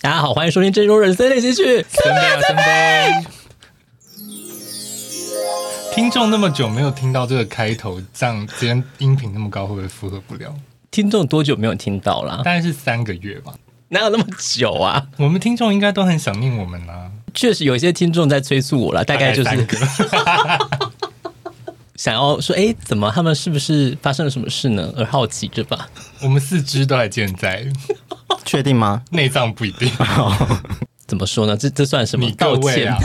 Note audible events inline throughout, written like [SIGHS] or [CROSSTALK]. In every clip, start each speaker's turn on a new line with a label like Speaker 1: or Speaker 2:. Speaker 1: 大家好，欢迎收听《珍珠人生练习曲》。
Speaker 2: 真的真的。听众那么久没有听到这个开头，这样今天音频那么高，会不会负荷不了？
Speaker 1: 听众多久没有听到啦
Speaker 2: 大？概是三个月吧。
Speaker 1: 哪有那么久啊？
Speaker 2: 我们听众应该都很想念我们啦、
Speaker 1: 确实有一些听众在催促我了，大概就
Speaker 2: 三
Speaker 1: 是
Speaker 2: 个。 [LAUGHS]
Speaker 1: 想要说，哎，怎么他们是不是发生了什么事呢？而好奇，对吧？
Speaker 2: 我们四肢都还健在，
Speaker 3: 确定吗？
Speaker 2: 内脏不一定。
Speaker 1: 怎么说呢？这这算什么
Speaker 2: 你？各
Speaker 1: 道
Speaker 2: 位
Speaker 1: 歉？
Speaker 2: 啊，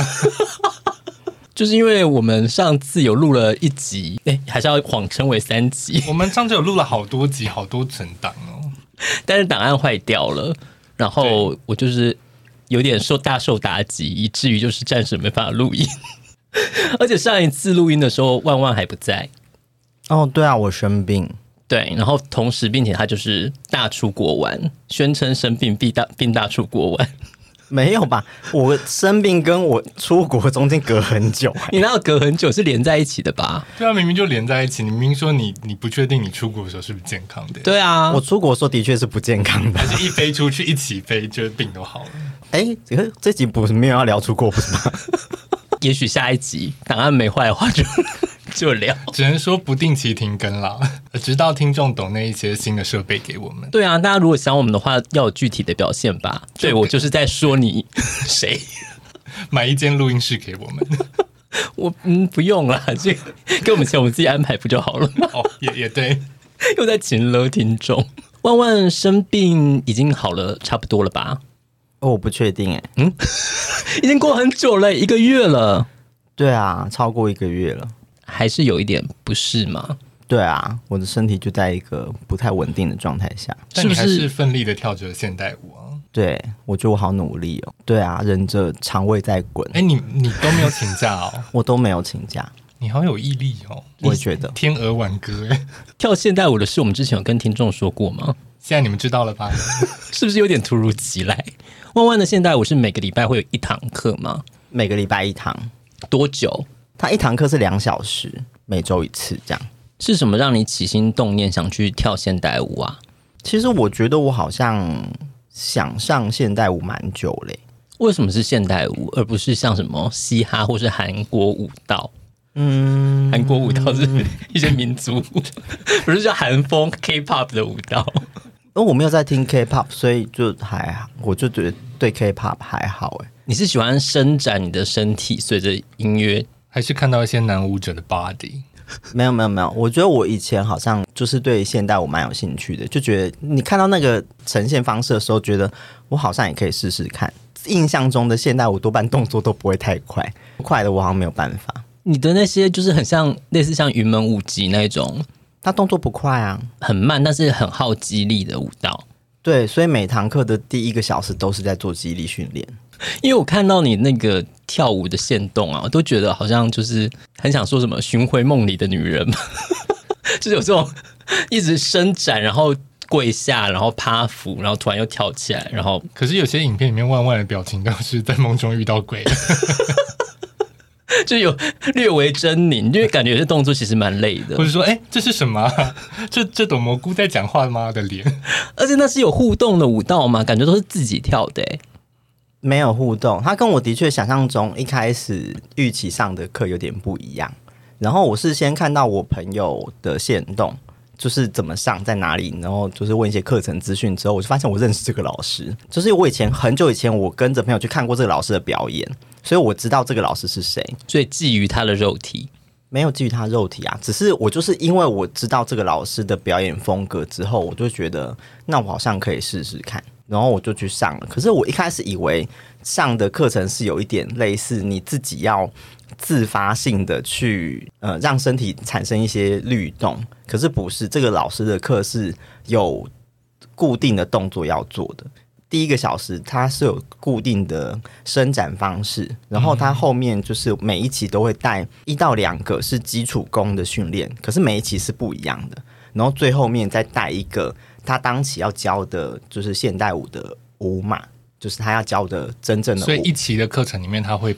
Speaker 1: 就是因为我们上次有录了一集，哎，还是要谎称为三集，
Speaker 2: 我们上次有录了好多集，好多存档哦。
Speaker 1: 但是档案坏掉了，然后我就是有点受大受打击，以至于就是暂时没办法录音。 [LAUGHS] 而且上一次录音的时候，万万还不在，
Speaker 3: 哦，对啊，我生病，
Speaker 1: 对，然后同时，并且他就是大出国玩，宣称生病必大并大出国玩。 [LAUGHS]
Speaker 3: 没有吧？我生病跟我出国中间隔很久，啊 [LAUGHS]
Speaker 1: 你那隔很久是连在一起的吧？
Speaker 2: 对啊，明明就连在一起。你明明说你你不确定你出国的时候是不是健康的，
Speaker 1: 对啊，
Speaker 3: 我出国的时候的确是不健康 [LAUGHS] 的。
Speaker 2: 但是一飞出去一起飞，就是病都好了。
Speaker 3: 哎，可是这集不是没有要聊出国不是吗？
Speaker 1: 也许下一集档案没坏的话就 [LAUGHS] 就聊。
Speaker 2: 只能说不定期停更啦， [LAUGHS] 直到听众懂那一些新的设备给我们。
Speaker 1: 对啊，大家如果想我们的话，要有具体的表现吧。对 [LAUGHS] 我就是在说你谁，
Speaker 2: 买一间录音室给我 [LAUGHS] 们。
Speaker 1: 我嗯不用啦， [LAUGHS] 这个给我们钱我们自己安排不就好了吗？ [LAUGHS]
Speaker 2: 哦，也也对，
Speaker 1: 又在请了听众。万万生病已经好了，差不多了吧？
Speaker 3: [LAUGHS] 哦，我不确定哎。
Speaker 1: 已经过很久了，一个月了，
Speaker 3: 对啊，超过一个月了。
Speaker 1: 还是有一点不适嘛？
Speaker 3: 对啊，我的身体就在一个不太稳定的状态下。
Speaker 2: 但你还
Speaker 1: 是不
Speaker 2: 是
Speaker 1: 是
Speaker 2: 奋力的跳着现代舞啊！
Speaker 3: 对，我觉得我好努力哦。对啊，忍着肠胃在滚，
Speaker 2: 哎，你你都没有请假哦， [LAUGHS]
Speaker 3: 我都没有请假。
Speaker 2: 你好有毅力哦！
Speaker 3: 我也觉得
Speaker 2: 天鹅挽歌，哎，
Speaker 1: 跳现代舞的事，我们之前有跟听众说过吗？
Speaker 2: 现在你们知道了吧？ [LAUGHS]
Speaker 1: 是不是有点突如其来？万万的现代舞是每个礼拜会有一堂课吗？
Speaker 3: 每个礼拜一堂，
Speaker 1: 多久？
Speaker 3: 他一堂课是两小时，每周一次这样。
Speaker 1: 是什么让你起心动念想去跳现代舞啊？
Speaker 3: 其实我觉得我好像想上现代舞蛮久嘞、
Speaker 1: 为什么是现代舞，而不是像什么嘻哈或是韩国舞蹈？嗯，韩国舞蹈是 [LAUGHS] 一些民族舞，不是叫韩风 K-pop 的舞蹈。
Speaker 3: 因为我没有在听 K-pop，所以就还好，我就觉得对 K-pop 还好哎、
Speaker 1: 你是喜欢伸展你的身体，随着音乐
Speaker 2: 还是看到一些男舞者的 body，
Speaker 3: 没有没有没有，我觉得我以前好像就是对现代舞蛮有兴趣的，就觉得你看到那个呈现方式的时候，觉得我好像也可以试试看。印象中的现代舞多半动作都不会太快，快的我好像没有办法。
Speaker 1: 你的那些就是很像类似像云门舞集那一种
Speaker 3: 他动作不快啊，
Speaker 1: 很慢，但是很耗肌力的舞蹈。
Speaker 3: 对，所以每堂课的第一个小时都是在做肌力训练。
Speaker 1: 因为我看到你那个跳舞的线动啊，我都觉得好像就是很想说什么“寻回梦里的女人”， [LAUGHS] 就是有这种一直伸展，然后跪下，然后趴伏，然后突然又跳起来，然后 [LAUGHS]
Speaker 2: 可是有些影片里面万万的表情都是在梦中遇到鬼，
Speaker 1: 就有略微狰狞，因为感觉这动作其实蛮累的
Speaker 2: 或，者说，哎，这是什么啊？这这朵蘑菇在讲话吗？的脸，
Speaker 1: 而且那是有互动的舞蹈嘛，感觉都是自己跳的、欸。
Speaker 3: 没有互动，它跟我的确想象中一开始预期上的课有点不一样。然后我是先看到我朋友的线动，就是怎么上在哪里，然后就是问一些课程资讯之后，我就发现我认识这个老师，就是我以前很久以前我跟着朋友去看过这个老师的表演，所以我知道这个老师是谁。
Speaker 1: 所以觊觎她的肉体，
Speaker 3: 没有基于他肉体啊，只是我就是因为我知道这个老师的表演风格之后，我就觉得那我好像可以试试看，然后我就去上了。可是我一开始以为上的课程是有一点类似你自己要自发性的去呃让身体产生一些律动，可是不是这个老师的课是有固定的动作要做的。第一个小时它是有固定的伸展方式，然后它后面就是每一期都会带一到两个是基础功的训练，可是每一期是不一样的，然后最后面再带一个他当期要教的就是现代舞的舞码，就是他要教的真正的舞。
Speaker 2: 所以一期的课程里面他会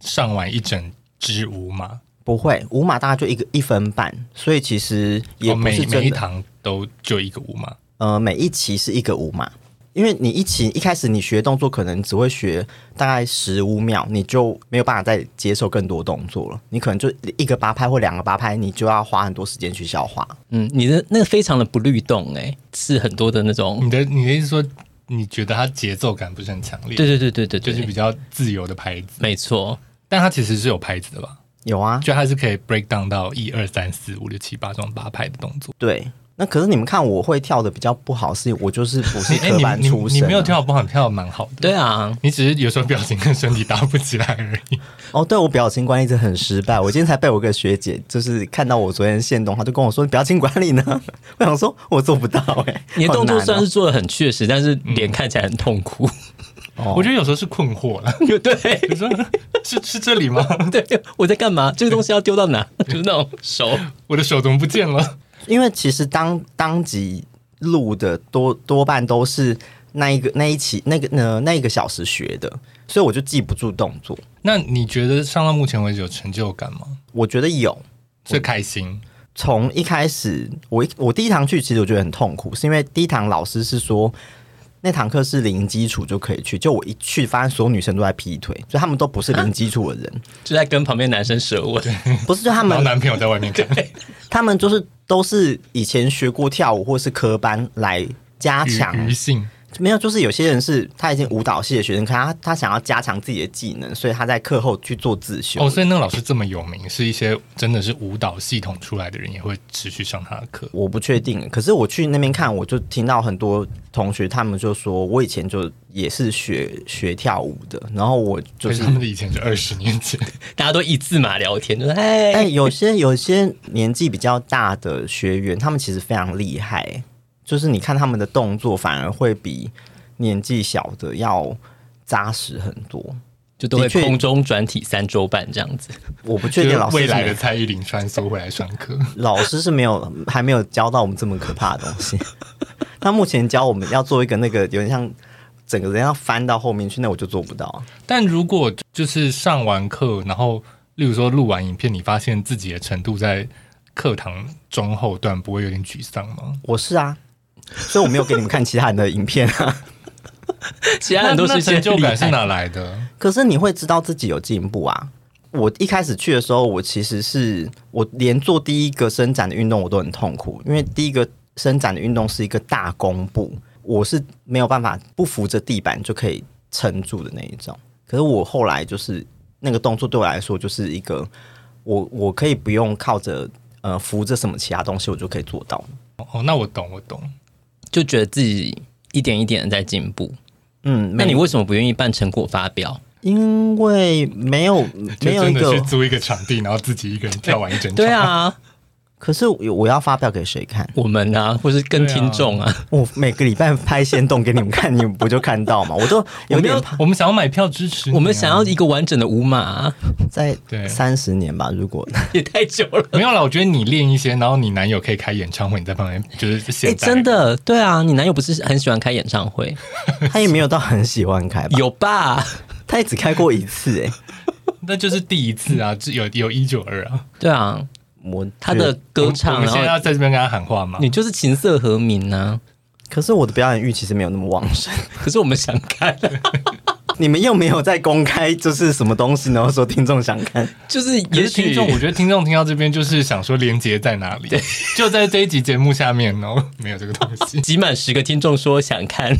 Speaker 2: 上完一整支舞嘛，
Speaker 3: 不会，五码大概就一个一分半，所以其实也
Speaker 2: 哦
Speaker 3: 不
Speaker 2: 每
Speaker 3: 是
Speaker 2: 每
Speaker 3: 真
Speaker 2: 一
Speaker 3: 的。
Speaker 2: 堂都就一个舞嘛。
Speaker 3: 呃，每一期是一个五码，因为你一起一开始你学动作，可能只会学大概十五秒，你就没有办法再接受更多动作了。你可能就一个八拍或两个八拍，你就要花很多时间去消化。
Speaker 1: 嗯，你的那个非常的不律动、欸，哎，是很多的那种，
Speaker 2: 你的你的意思说，你觉得它节奏感不是很强烈？
Speaker 1: 对，对对对对
Speaker 2: 就是比
Speaker 1: 对，
Speaker 2: 较自由的拍子，
Speaker 1: 没错，
Speaker 2: 但它其实是有拍子的吧？
Speaker 3: 有啊，
Speaker 2: 就它是可以 break down 到一二三四五六七八这种八拍的动作。
Speaker 3: 对。那可是你们看，我会跳的比较不好，是我就是不是
Speaker 2: 你 [LAUGHS] 哎、
Speaker 3: 科班
Speaker 2: 你你
Speaker 3: 出身、啊
Speaker 2: 你没有。跳不好，你跳的蛮好的。
Speaker 1: 对啊，
Speaker 2: 你只是有时候表情跟身体搭不起来而已。
Speaker 3: 哦，对我表情管理一直很失败。我今天才被我一个学姐，就是看到我昨天现动，她就跟我说表情管理呢。 [LAUGHS] 我想说我做不到哎、
Speaker 1: 你的动作
Speaker 3: 好
Speaker 1: 虽然
Speaker 3: 难哦
Speaker 1: 是做的很确实，但是脸看起来很痛苦，
Speaker 3: 哦
Speaker 2: 我觉得有时候是困惑了，
Speaker 1: [LAUGHS] 对
Speaker 2: 你说是是这里吗？
Speaker 1: 对，我在干嘛？这个东西要丢到哪？ [LAUGHS] 就是那种手，
Speaker 2: 我的手怎么不见了？
Speaker 3: 因为其实当当集录的多多半都是那一个那一期那个呃那一个小时学的，所以我就记不住动作。
Speaker 2: 那你觉得上到目前为止有成就感吗？
Speaker 3: 我觉得有，
Speaker 2: 最开心，
Speaker 3: 从一开始我一我第一堂去，其实我觉得很痛苦，是因为第一堂老师是说。那堂课是零基础就可以去，就我一去发现所有女生都在劈腿，所以他们都不是零基础的人，
Speaker 1: 就在跟旁边男生舌吻。
Speaker 3: 不是就他
Speaker 2: 然后
Speaker 3: 们
Speaker 2: 男朋友在外面看，
Speaker 3: 他们就是都是以前学过跳舞或是科班来 [LAUGHS] 加强
Speaker 2: 余余性。
Speaker 3: 没有，就是有些人是他已经舞蹈系的学生，可他他想要加强自己的技能，所以他在课后去做自修。
Speaker 2: 哦，所以那个老师这么有名，是一些真的是舞蹈系统出来的人也会持续上他的课。
Speaker 3: 我不确定，可是我去那边看，我就听到很多同学他们就说，我以前就也是学学跳舞的，然后我
Speaker 2: 可
Speaker 3: 就是
Speaker 2: 是他们的以前是二十年前，
Speaker 1: [LAUGHS] 大家都一字马聊天，就是哎，
Speaker 3: 哎，有些有些年纪比较大的学员，他们其实非常厉害，就是你看他们的动作反而会比年纪小的要扎实很多。
Speaker 1: 就都会
Speaker 3: 的确
Speaker 1: 空中转体三周半这样子。
Speaker 3: 我不
Speaker 2: 就
Speaker 3: 确
Speaker 2: 是
Speaker 3: 定老师
Speaker 2: 未
Speaker 3: 是
Speaker 2: 来
Speaker 3: 哪
Speaker 2: 的蔡依林穿梭回来上课。 [LAUGHS]
Speaker 3: 老师是没有还没有教到我们这么可怕的东西。 [LAUGHS] 他目前教我们要做一个那个有点像整个人要翻到后面去，那我就做不到。
Speaker 2: 但如果就是上完课，然后例如说录完影片，你发现自己的程度在课堂中后段，不会有点沮丧吗？
Speaker 3: 我是啊，所以我没有给你们看其他人的影片啊。
Speaker 1: [LAUGHS] 其他人都是
Speaker 2: 那
Speaker 1: 一些
Speaker 2: 成就感
Speaker 1: 厉
Speaker 2: 是
Speaker 1: 害
Speaker 2: 哪来的？
Speaker 3: 可是你会知道自己有进步啊。我一开始去的时候，我其实是我连做第一个伸展的运动我都很痛苦，因为第一个伸展的运动是一个大弓步，我是没有办法不扶着地板就可以撑住的那一种。可是我后来就是那个动作对我来说就是一个，我我可以不用靠着呃扶着什么其他东西，我就可以做到。
Speaker 2: 哦，那我懂，我懂。
Speaker 1: 就觉得自己一点一点的在进步。
Speaker 3: 嗯，
Speaker 1: 那你
Speaker 3: 没
Speaker 1: 为什么不愿意办成果发表？
Speaker 3: 因为没有
Speaker 2: 就
Speaker 3: 没有一
Speaker 2: 真的去
Speaker 3: 个，
Speaker 2: 租一个场地，然后自己一个人跳完一整场。
Speaker 1: 对，啊，
Speaker 3: 可是我我要发表给谁看？
Speaker 1: 我们啊，或是跟
Speaker 2: 对啊
Speaker 1: 听众啊，
Speaker 3: 我每个礼拜拍先动给你们看，你们不就看到吗？我都 [LAUGHS] 有点怕，
Speaker 2: 我们想要买票支持你啊、
Speaker 1: 我们想要一个完整的舞马、啊，
Speaker 3: 在
Speaker 2: 对
Speaker 3: 三十年吧，如果
Speaker 1: [LAUGHS] 也太久 [LAUGHS] 了。
Speaker 2: 没有啦，我觉得你练一些，然后你男友可以开演唱会，你在旁边就是
Speaker 1: 哎、
Speaker 2: 现代、
Speaker 1: 真的，对啊，你男友不是很喜欢开演唱会？
Speaker 3: 他也没有到很喜欢开吧，
Speaker 1: 有吧？
Speaker 3: 他也只开过一次哎、
Speaker 2: 那就是第一次啊，只有有一九二啊。
Speaker 1: [LAUGHS] 对啊，
Speaker 3: 我
Speaker 1: 他的歌
Speaker 2: 我
Speaker 1: 唱，
Speaker 2: 们现在
Speaker 1: 然后
Speaker 2: 要在这边跟他喊话吗？
Speaker 1: 你就是琴瑟和鸣啊。
Speaker 3: 可是我的表演欲其实没有那么旺 [LAUGHS] 盛，
Speaker 1: 可是我们想 [LAUGHS] 看，
Speaker 3: 你们又没有在公开就是什么东西，然后说听众想 [LAUGHS] 看，
Speaker 1: 就是
Speaker 2: 可
Speaker 1: 也
Speaker 2: 是
Speaker 1: 许。
Speaker 2: 听众，我觉得听众听到这边就是想说连接在哪里，就在这一集节目下面哦， [LAUGHS] 没有这个东西
Speaker 1: [LAUGHS] 集满十个听众说想 [LAUGHS] 看，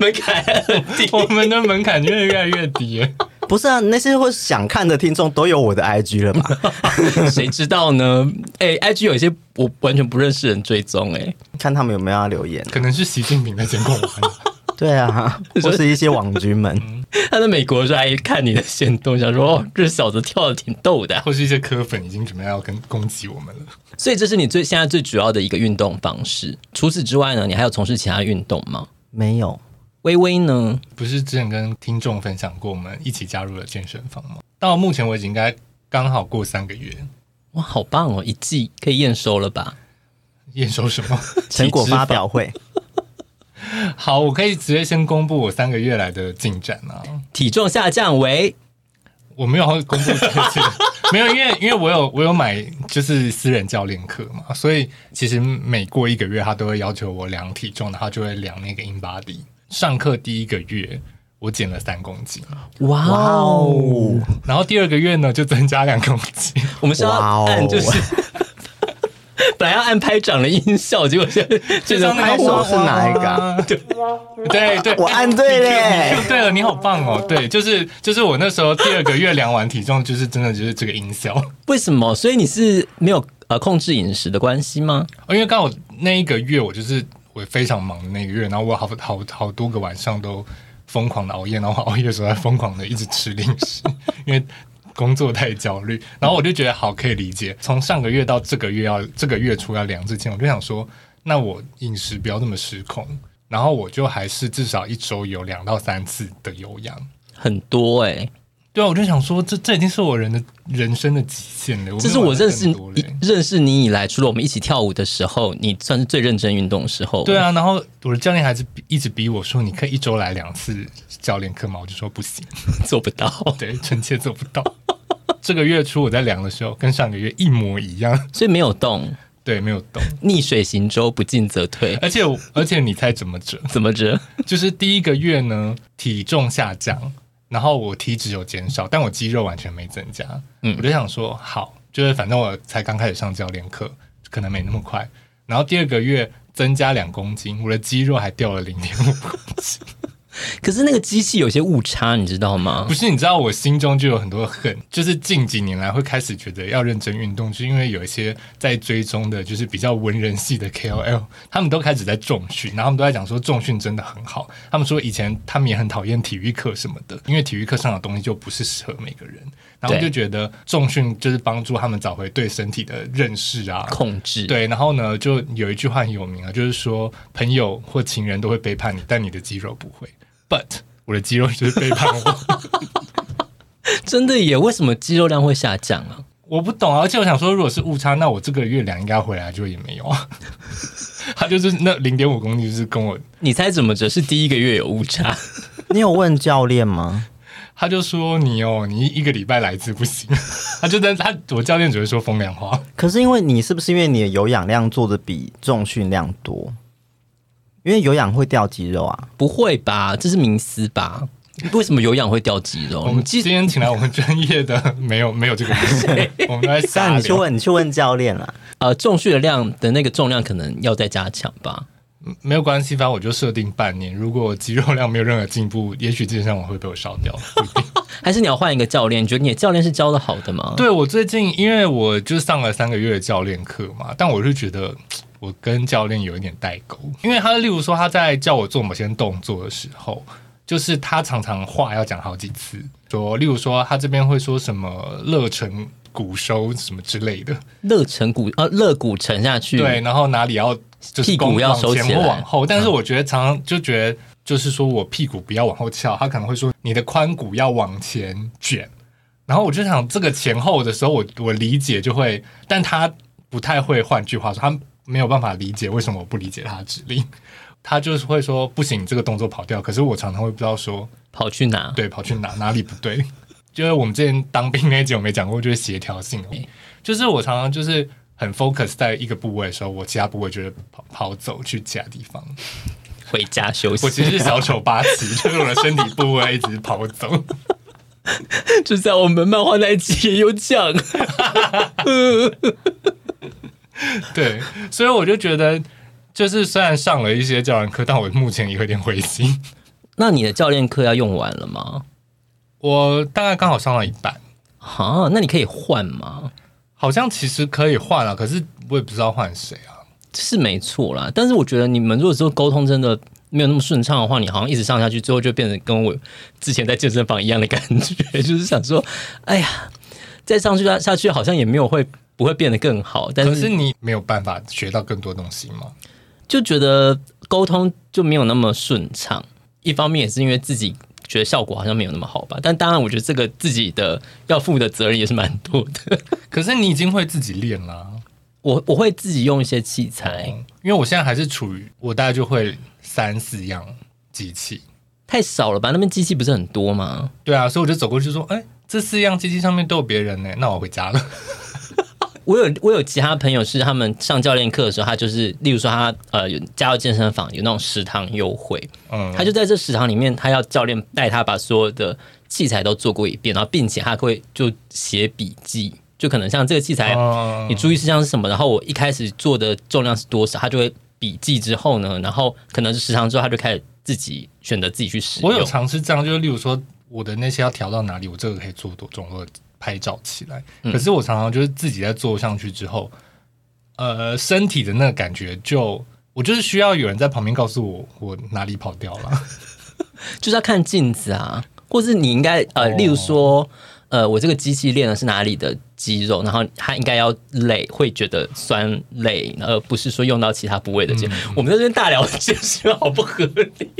Speaker 1: 门槛很低。
Speaker 2: 我们的门槛越越来越低耶，
Speaker 3: 不是啊？那些会想看的听众都有我的 IG 了吧？
Speaker 1: [LAUGHS]
Speaker 3: [LAUGHS]
Speaker 1: 谁知道呢？哎、i g 有一些我完全不认识人追踪、哎
Speaker 3: 看他们有没有要留言。
Speaker 2: 可能是习近平的监控完。
Speaker 3: 对 [LAUGHS] 啊，或是一些网军们，
Speaker 1: 哎，他在美国的时候还看你的行动，想说哦，这小子跳的挺逗的啊、
Speaker 2: 或是一些科粉已经准备要跟攻击我们了。
Speaker 1: 所以这是你最现在最主要的一个运动方式。除此之外呢，你还有从事其他运动吗？
Speaker 3: 没有。
Speaker 1: 微微呢？
Speaker 2: 不是之前跟听众分享过，我们一起加入了健身房吗？到目前为止应该刚好过三个月，
Speaker 1: 哇，好棒哦！一季可以验收了吧？
Speaker 2: 验收什么？ [LAUGHS]
Speaker 3: 成果发表会，
Speaker 2: 好，我可以直接先公布我三个月来的进展啊！
Speaker 1: 体重下降为
Speaker 2: 我没有公布这些， [LAUGHS] 没有，因为因为我有我有买就是私人教练课嘛，所以其实每过一个月他都会要求我量体重，然后就会量那个 in body。上课第一个月我减了三公斤，
Speaker 1: 哇哦！
Speaker 2: 然后第二个月呢就增加两公斤，
Speaker 1: 我们是要
Speaker 3: 哇哦
Speaker 1: 按就是 [LAUGHS] 本来要按拍掌的音效，结果现在这
Speaker 2: 像
Speaker 1: 种
Speaker 2: 那个
Speaker 3: 拍手
Speaker 2: 娃
Speaker 3: 是哪一个
Speaker 2: 娃
Speaker 3: 啊
Speaker 2: 娃？对对，
Speaker 3: 我按对
Speaker 2: 你
Speaker 3: 嘞
Speaker 2: Q 对了，你好棒哦！对，就是就是我那时候第二个月量完体重，就是真的就是这个音效。
Speaker 1: 为什么？所以你是没有呃控制饮食的关系吗？
Speaker 2: 哦因为刚好那一个月我就是我非常忙的那个月，然后我好好好多个晚上都疯狂的熬夜，然后熬夜的时候还疯狂的一直吃零食， [LAUGHS] 因为工作太焦虑。然后我就觉得好可以理解，从上个月到这个月要这个月初要量之前，我就想说，那我饮食不要这么失控，然后我就还是至少一周有两到三次的有氧。
Speaker 1: 很多哎、
Speaker 2: 对啊，我就想说，这这已经是我人的人生的极限了。
Speaker 1: 这
Speaker 2: 没
Speaker 1: 是
Speaker 2: 有
Speaker 1: 我
Speaker 2: 玩得
Speaker 1: 认识
Speaker 2: 更多嘞
Speaker 1: 一认识你以来，除了我们一起跳舞的时候，你算是最认真运动的时候。
Speaker 2: 对，啊，然后我的教练还是逼一直逼我说，你可以一周来两次教练课吗？ [LAUGHS] 我就说不行，
Speaker 1: 做不
Speaker 2: [LAUGHS]
Speaker 1: 到，
Speaker 2: 对，臣妾做不 [LAUGHS] 到。这个月初我在量的时候，跟上个月一模一样， [LAUGHS]
Speaker 1: 所以没有动，
Speaker 2: 对，没有 [LAUGHS] 动。
Speaker 1: 逆水行舟，不进则退。
Speaker 2: 而且我而且你猜怎么着？
Speaker 1: 怎么着？
Speaker 2: 就是第一个月呢，体重下降，然后我体脂有减少，但我肌肉完全没增加。
Speaker 1: 嗯
Speaker 2: 嗯，我就想说，好，就是反正我才刚开始上教练课，可能没那么快。然后第二个月增加两公斤，我的肌肉还掉了零点五
Speaker 1: 可是那个机器有些误差，你知道吗
Speaker 2: 不？是，你知道我心中就有很多恨，就是近几年来会开始觉得要认真运动，是因为有一些在追踪的，就是比较文人系的 KOL，他们都开始在重训，然后他们都在讲说重训真的很好。他们说以前他们也很讨厌体育课什么的，因为体育课上的东西就不是适合每个人，然后
Speaker 1: 对
Speaker 2: 就觉得重训就是帮助他们找回对身体的认识啊，
Speaker 1: 控制。，
Speaker 2: 对，然后呢，就有一句话很有名啊，就是说朋友或情人都会背叛你，但你的肌肉不会。But 我的肌肉就是背叛我，
Speaker 1: 真的耶？为什么肌肉量会下降啊？
Speaker 2: 我不懂啊。而且我想说，如果是误差，那我这个月亮应该回来就也没有啊。 [LAUGHS] 他就是那零点五公斤，就是跟我，
Speaker 1: 你猜怎么着？是第一个月有误
Speaker 2: [LAUGHS]
Speaker 1: 差，
Speaker 3: 你有问教练吗？
Speaker 2: 他就说你哦，你一个礼拜来一次不行。 [LAUGHS] 他就在他我教练只会说风凉话，
Speaker 3: 可是因为你是不是因为你的有氧量做的比重训量多？因为有氧会掉肌肉啊，
Speaker 1: 不会吧？这是迷思吧？为什么有氧会掉肌
Speaker 3: 哦
Speaker 1: 肉？
Speaker 2: 我们
Speaker 1: 肌
Speaker 2: 今天请来 [LAUGHS] 我们专业的，没有没有这个东西， [LAUGHS] 我们都在
Speaker 3: 但
Speaker 2: 瞎
Speaker 3: 你去
Speaker 2: 聊。
Speaker 3: 问你去问教练啊啦。
Speaker 1: 呃重训的量的那个重量可能要再加强吧。
Speaker 2: 没有关系，反正我就设定半年。如果肌肉量没有任何进步，也许健身我会被我烧掉。不一定
Speaker 1: 还是你要换一个教练？你觉得你的教练是教的好的吗？
Speaker 2: 对我最近，因为我就上了三个月的教练课嘛，但我就觉得我跟教练有一点代沟，因为他例如说他在叫我做某些动作的时候，就是他常常话要讲好几次，说例如说他这边会说什么热忱骨收什么之类的，
Speaker 1: 肋沉骨呃肋骨沉下去，
Speaker 2: 对，，然后哪里要就是
Speaker 1: 屁股
Speaker 2: 弓
Speaker 1: 要
Speaker 2: 往
Speaker 1: 收
Speaker 2: 前
Speaker 1: 起
Speaker 2: 或
Speaker 1: 来嗯
Speaker 2: 往后，但是我觉得常常就觉得就是说我屁股不要往后翘，他可能会说你的髋骨要往前卷，然后我就想这个前后的时候我，我理解就会，但他不太会，换句话说，他没有办法理解为什么我不理解他的指令。他就是会说不行，这个动作跑掉。可是我常常会不知道说
Speaker 1: 跑去哪？
Speaker 2: 对，跑去哪哪里不对？就是我们之前当兵那一集我没讲过，就是协调性，就是我常常就是很 focus 在一个部位的时候，我其他部位就会跑跑走去其他地方。
Speaker 1: 回家休
Speaker 2: 我其
Speaker 1: 息。
Speaker 2: 实是小丑八旗，就是我的身体部位一直跑走。
Speaker 1: [LAUGHS] 就在我们漫画那一集也有讲，
Speaker 2: 对，所以我就觉得，就是虽然上了一些教人课，但我目前也有点灰心。
Speaker 1: 那你的教练课要用完了吗？
Speaker 2: 我大概刚好上到一半，
Speaker 1: 啊，那你可以换吗？
Speaker 2: 好像其实可以换了、可是我也不知道换谁啊。
Speaker 1: 是没错啦，但是我觉得你们如果说沟通真的没有那么顺畅的话，你好像一直上下去，最后就变成跟我之前在健身房一样的感觉， [LAUGHS] 就是想说，哎呀，再上去下下去好像也没有会不会变得更好，但
Speaker 2: 可是
Speaker 1: 是
Speaker 2: 你没有办法学到更多东西吗？
Speaker 1: 就觉得沟通就没有那么顺畅。一方面也是因为自己觉得效果好像没有那么好吧，但当然我觉得这个自己的要负的责任也是蛮多的。 [LAUGHS]
Speaker 2: 可是你已经会自己练啦、
Speaker 1: 我我会自己用一些器材，
Speaker 2: 嗯因为我现在还是处于我大概就会三四样机器，
Speaker 1: 太少了吧？那边机器不是很多吗？
Speaker 2: 对啊，所以我就走过去说，哎、这四样机器上面都有别人呢、那我回
Speaker 1: [LAUGHS]
Speaker 2: 家了。
Speaker 1: 我有我有其他朋友是他们上教练课的时候，他就是例如说他呃有加入健身房有那种食堂优惠，
Speaker 2: 嗯，
Speaker 1: 他就在这食堂里面，他要教练带他把所有的器材都做过一遍，然后并且他会就写笔记，就可能像这个器材
Speaker 2: 哦
Speaker 1: 你注意事项是什么，然后我一开始做的重量是多少，他就会笔记之后呢，然后可能是时长之后，他就开始自己选择自己去使用。
Speaker 2: 我有尝试这样，就是例如说我的那些要调到哪里，我这个可以做多重，我拍照起来。
Speaker 1: 嗯
Speaker 2: 可是我常常就是自己在坐上去之后，呃，身体的那个感觉就。我就是需要有人在旁边告诉我我哪里跑掉
Speaker 1: [LAUGHS]
Speaker 2: 了，
Speaker 1: 就是要看镜子啊，或是你应该呃，
Speaker 2: 哦
Speaker 1: 例如说，呃，我这个机器练的是哪里的肌肉，然后它应该要累，会觉得酸累，而不是说用到其他部位的肌肉。
Speaker 2: 嗯
Speaker 1: 我们在这边大聊健身好不合理，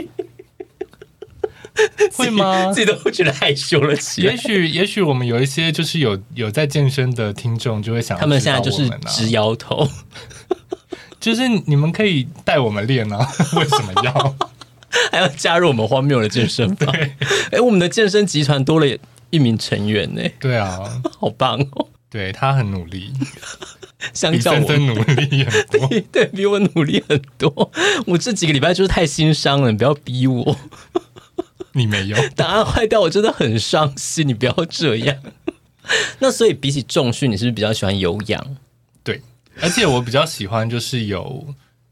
Speaker 2: 会吗
Speaker 1: [LAUGHS] 自？己都会觉得害羞了起
Speaker 2: 也
Speaker 1: 来。
Speaker 2: 许也许我们有一些就是有有在健身的听众就会想要
Speaker 1: 他们
Speaker 2: 知
Speaker 1: 现
Speaker 2: 道
Speaker 1: 在就是
Speaker 2: 我们啊
Speaker 1: 直摇头， [LAUGHS]
Speaker 2: 就是你们可以带我们练啊， [LAUGHS] 为什么
Speaker 1: [LAUGHS]
Speaker 2: 要？
Speaker 1: 还要加入我们荒谬的健身
Speaker 2: [LAUGHS]
Speaker 1: 房。哎、我们的健身集团多了一名成员呢、
Speaker 2: 对啊，
Speaker 1: 好棒哦！
Speaker 2: 对他很努力，
Speaker 1: 相
Speaker 2: 比
Speaker 1: 较我
Speaker 2: 森
Speaker 1: 们
Speaker 2: 森努力很多。
Speaker 1: 对 [LAUGHS] 比我努力很多。 [LAUGHS] 我这几个礼拜就是太心伤了，你不要逼我。 [LAUGHS]
Speaker 2: 你没有，
Speaker 1: 答案坏掉，我真的很伤心。你不要这样。 [LAUGHS] 那所以比起重训，你是不是比较喜欢有氧？
Speaker 2: 对，而且我比较喜欢就是有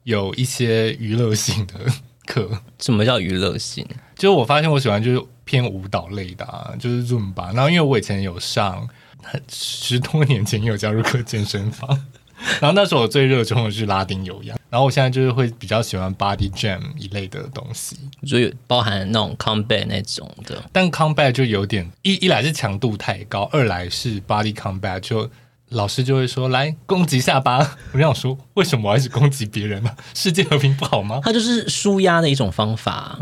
Speaker 2: 有一些娱乐性的 [LAUGHS] 课，
Speaker 1: 什么叫娱乐性？
Speaker 2: 就是我发现我喜欢就是偏舞蹈类的、啊，就是 Zoom 吧。然后因为我以前有上，很十多年前也有加入过健身房， [LAUGHS] 然后那时候我最热衷的是拉丁有氧，然后我现在就是会比较喜欢 Body Jam 一类的东西。
Speaker 1: 我觉得有包含那种 combat 那种的，
Speaker 2: 但 combat 就有点一一来是强度太高，二来是 body combat 就。老师就会说：“来攻击下巴。” [LAUGHS] 我就想说，为什么我要一直攻击别人呢、世界和平不好吗？ [LAUGHS]
Speaker 1: 它就是舒压的一种方法。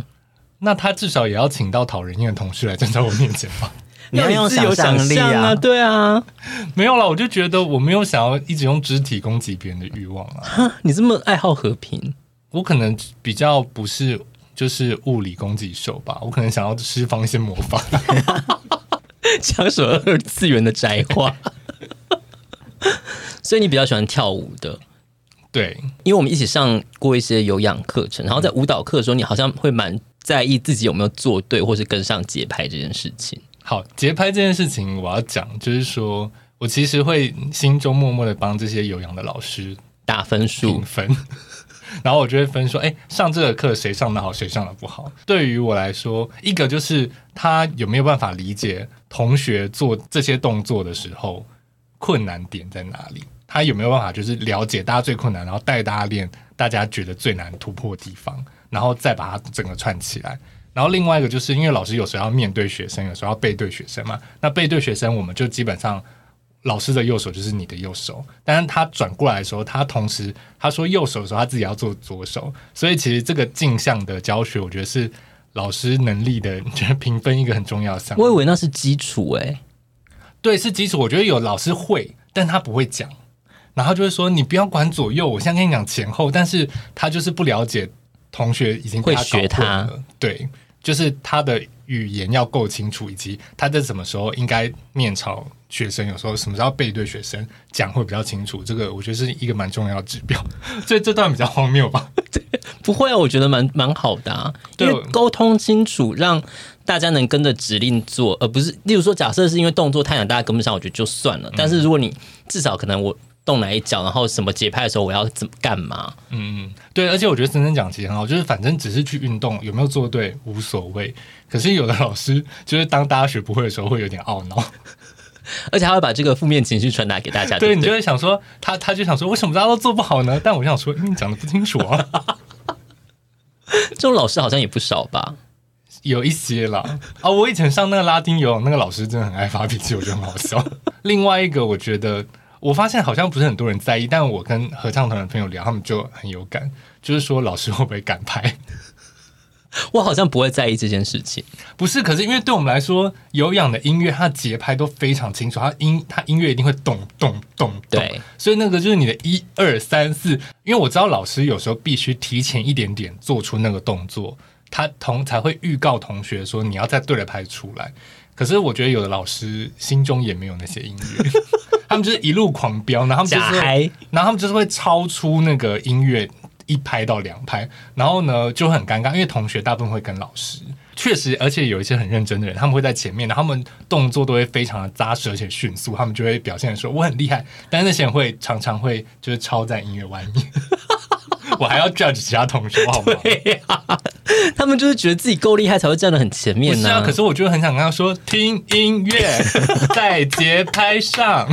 Speaker 2: 那他至少也要请到讨人厌的同事来站在我面前吧？
Speaker 3: 你 [LAUGHS] 要用
Speaker 1: 自由想
Speaker 3: 想象力
Speaker 1: 象啊，
Speaker 3: 啊！
Speaker 1: 对啊。
Speaker 2: [LAUGHS] 没有啦，我就觉得我没有想要一直用肢体攻击别人的欲望啊。
Speaker 1: 哈，你这么爱好和平， [LAUGHS]
Speaker 2: 我可能比较不是就是物理攻击手吧，我可能想要释放一些魔法。 [LAUGHS]
Speaker 1: 讲什么二次元的宅话？ [LAUGHS] 所以你比较喜欢跳舞的，
Speaker 2: 对，
Speaker 1: 因为我们一起上过一些有氧课程，然
Speaker 2: 嗯
Speaker 1: 后在舞蹈课的时候，你好像会蛮在意自己有没有做对，或是跟上节拍这件事情。
Speaker 2: 好，节拍这件事情，我要讲，就是说我其实会心中默默的帮这些有氧的老师
Speaker 1: 打分
Speaker 2: 评
Speaker 1: 数，
Speaker 2: 分， [LAUGHS] 然后我就会分说，哎、上这个课谁上的好，谁上的不好。对于我来说，一个就是他有没有办法理解同学做这些动作的时候困难点在哪里，他有没有办法就是了解大家最困难，然后带大家练大家觉得最难突破的地方，然后再把它整个串起来。然后另外一个就是因为老师有时候要面对学生，有时候要背对学生嘛。那背对学生，我们就基本上老师的右手就是你的右手，但是他转过来的时候，他同时他说右手的时候，他自己要做左手，所以其实这个镜像的教学，我觉得是老师能力的就是评分一个很重要的项目。
Speaker 1: 我以为那是基础欸诶、
Speaker 2: 对，是基础。我觉得有老师会，但他不会讲，然后就会说你不要管左右，我现在跟你讲前后，但是他就是不了解同学已经被
Speaker 1: 会学
Speaker 2: 搞混
Speaker 1: 他
Speaker 2: 了，对，就是他的语言要够清楚，以及他在什么时候应该面朝学生，有时候什么时候要背对学生讲会比较清楚，这个我觉得是一个蛮重要的指标， [LAUGHS] 所以这段比较荒谬吧。
Speaker 1: 不会啊，我觉得蛮蛮好的、啊，因
Speaker 2: 对
Speaker 1: 为沟通清楚，让大家能跟着指令做，而不是例如说，假设是因为动作太难，大家跟不上，我觉得就算
Speaker 2: 嗯
Speaker 1: 了。但是如果你至少可能我动哪一脚，然后什么节拍的时候我要怎么干嘛，
Speaker 2: 嗯，对，而且我觉得真正讲其实很好，就是反正只是去运动，有没有做对无所谓。可是有的老师就是当大家学不会的时候，会有点懊恼。
Speaker 1: 而且还会把这个负面情绪传达给大家，
Speaker 2: [LAUGHS] 对
Speaker 1: 对不
Speaker 2: 你就
Speaker 1: 对？
Speaker 2: 会想说，他他就想说，为什么大家都做不好呢？但我就想说，嗯，讲的不清楚啊， [LAUGHS]
Speaker 1: 这种老师好像也不少吧。
Speaker 2: 有一些啦。啊、我以前上那个拉丁游哦泳，那个老师真的很爱发脾气，我觉得很好笑。另外一个，我觉得我发现好像不是很多人在意，但我跟合唱团的朋友聊，他们就很有感，就是说老师会不会赶拍？
Speaker 1: 我好像不会在意这件事情，
Speaker 2: 不是，可是因为对我们来说，有氧的音乐它的节拍都非常清楚，它音它音乐一定会咚咚咚咚
Speaker 1: 对，
Speaker 2: 所以那个就是你的一二三四。因为我知道老师有时候必须提前一点点做出那个动作，他同才会预告同学说你要在对的拍出来。可是我觉得有的老师心中也没有那些音乐， [LAUGHS] 他们就是一路狂飙，然后他们
Speaker 1: 假
Speaker 2: 就是会，
Speaker 1: 嗨，
Speaker 2: 然后他们就是会超出那个音乐一拍到两拍，然后呢就很尴尬，因为同学大部分会跟老师。确实，而且有一些很认真的人，他们会在前面，然后他们动作都会非常的扎实而且迅速，他们就会表现得说我很厉害，但是那些人会常常会就是超在音乐外面， [LAUGHS] 我还要 judge 其他同学，我好忙。
Speaker 1: 对呀、 [LAUGHS] 他们就是觉得自己够厉害才会站得很前
Speaker 2: 不
Speaker 1: 面
Speaker 2: 是
Speaker 1: 呢、
Speaker 2: 啊，可是我就很想跟他说，听音乐，在节拍上。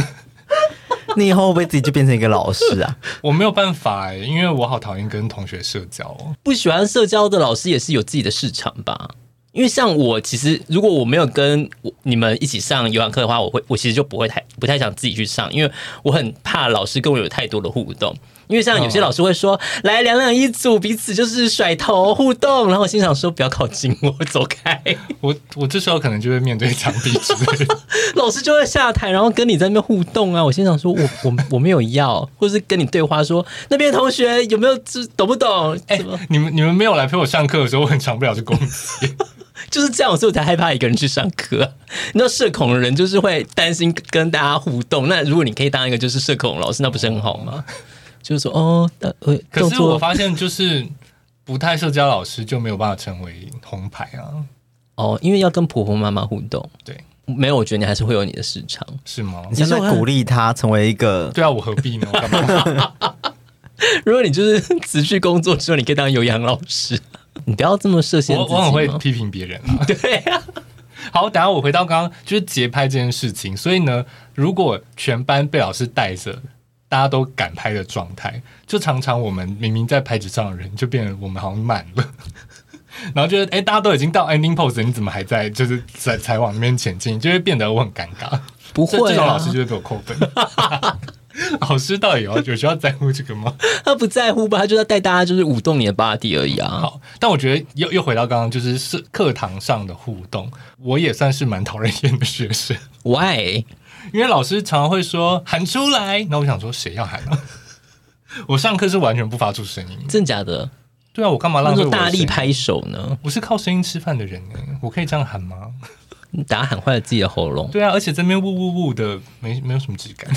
Speaker 3: 你以后会不会自己就变成一个老师啊？
Speaker 2: 我没有办法、欸，因为我好讨厌跟同学社交哦。
Speaker 1: 不喜欢社交的老师也是有自己的市场吧。因为像我，其实如果我没有跟我你们一起上游泳课的话，我会我其实就不会太不太想自己去上，因为我很怕老师跟我有太多的互动。因为像
Speaker 2: 嗯
Speaker 1: 有些老师会说，来两两一组，彼此就是甩头互动，然后我心想说不要靠近我，走开。
Speaker 2: 我我这时候可能就会面对墙壁之类的。 [LAUGHS]
Speaker 1: [LAUGHS] 老师就会下台，然后跟你在那边互动啊。我心想说我我我没有要，或是跟你对话说那边同学有没有知懂不懂？哎、
Speaker 2: 哎、你们你们没有来陪我上课的时候，我很长不了这工作。
Speaker 1: 就是这样，所以我才害怕一个人去上课。啊你知道社恐的人就是会担心跟大家互动。那如果你可以当一个就是社恐的老师，那不是很好吗？就是说哦，呃，呃
Speaker 2: 可
Speaker 1: 动
Speaker 2: 是我
Speaker 1: 作
Speaker 2: 发现，就是不太社交老师就没有办法成为红牌啊，
Speaker 1: 哦，因为要跟婆婆妈妈互动，
Speaker 2: 对，
Speaker 1: 没有，我觉得你还是会有你的市场。
Speaker 2: 是吗？
Speaker 3: [LAUGHS] 你现在鼓励他成为一个
Speaker 2: 对啊，我何必呢？我干嘛？
Speaker 1: 如果你就是 [LAUGHS] 辞去工作之后，你可以当有氧老师，你不要这么设限
Speaker 2: 我
Speaker 1: 自己
Speaker 2: 我很会
Speaker 1: 嘛
Speaker 2: 批评别人 [LAUGHS] 啊。
Speaker 1: 对啊，
Speaker 2: 好，等一下我回到刚刚就是节拍这件事情，所以呢，如果全班被老师带着，大家都敢拍的状态，就常常我们明明在拍纸上的人，就变得我们好像慢了。 [LAUGHS] 然后就是，哎，大家都已经到 ending pose，了你怎么还在就是在才往那边前进，就会变得我很尴尬。
Speaker 1: 不
Speaker 2: 这
Speaker 1: 会、
Speaker 2: 这
Speaker 1: 啊，
Speaker 2: 种老师就会被我扣分。 [LAUGHS] 老师到底有有需要在乎这个吗？
Speaker 1: 他不在乎吧，他就在带大家就是舞动你的 body 而已啊。
Speaker 2: 好，但我觉得又又回到刚刚，就是是课堂上的互动，我也算是蛮讨人厌的学生。
Speaker 1: Why？
Speaker 2: 因为老师常常会说喊出来，那我想说谁要喊啊？ [LAUGHS] 我上课是完全不发出声音。
Speaker 1: 真假的？
Speaker 2: 对啊，我干嘛
Speaker 1: 那
Speaker 2: 浪费
Speaker 1: 种
Speaker 2: 我的
Speaker 1: 大
Speaker 2: 声
Speaker 1: 力
Speaker 2: 音？
Speaker 1: 拍手呢？
Speaker 2: 我是靠声音吃饭的人哎、我可以这样喊吗？
Speaker 1: 大家喊坏了自己的喉咙。
Speaker 2: 对啊，而且这边呜呜呜的，没没有什么质感。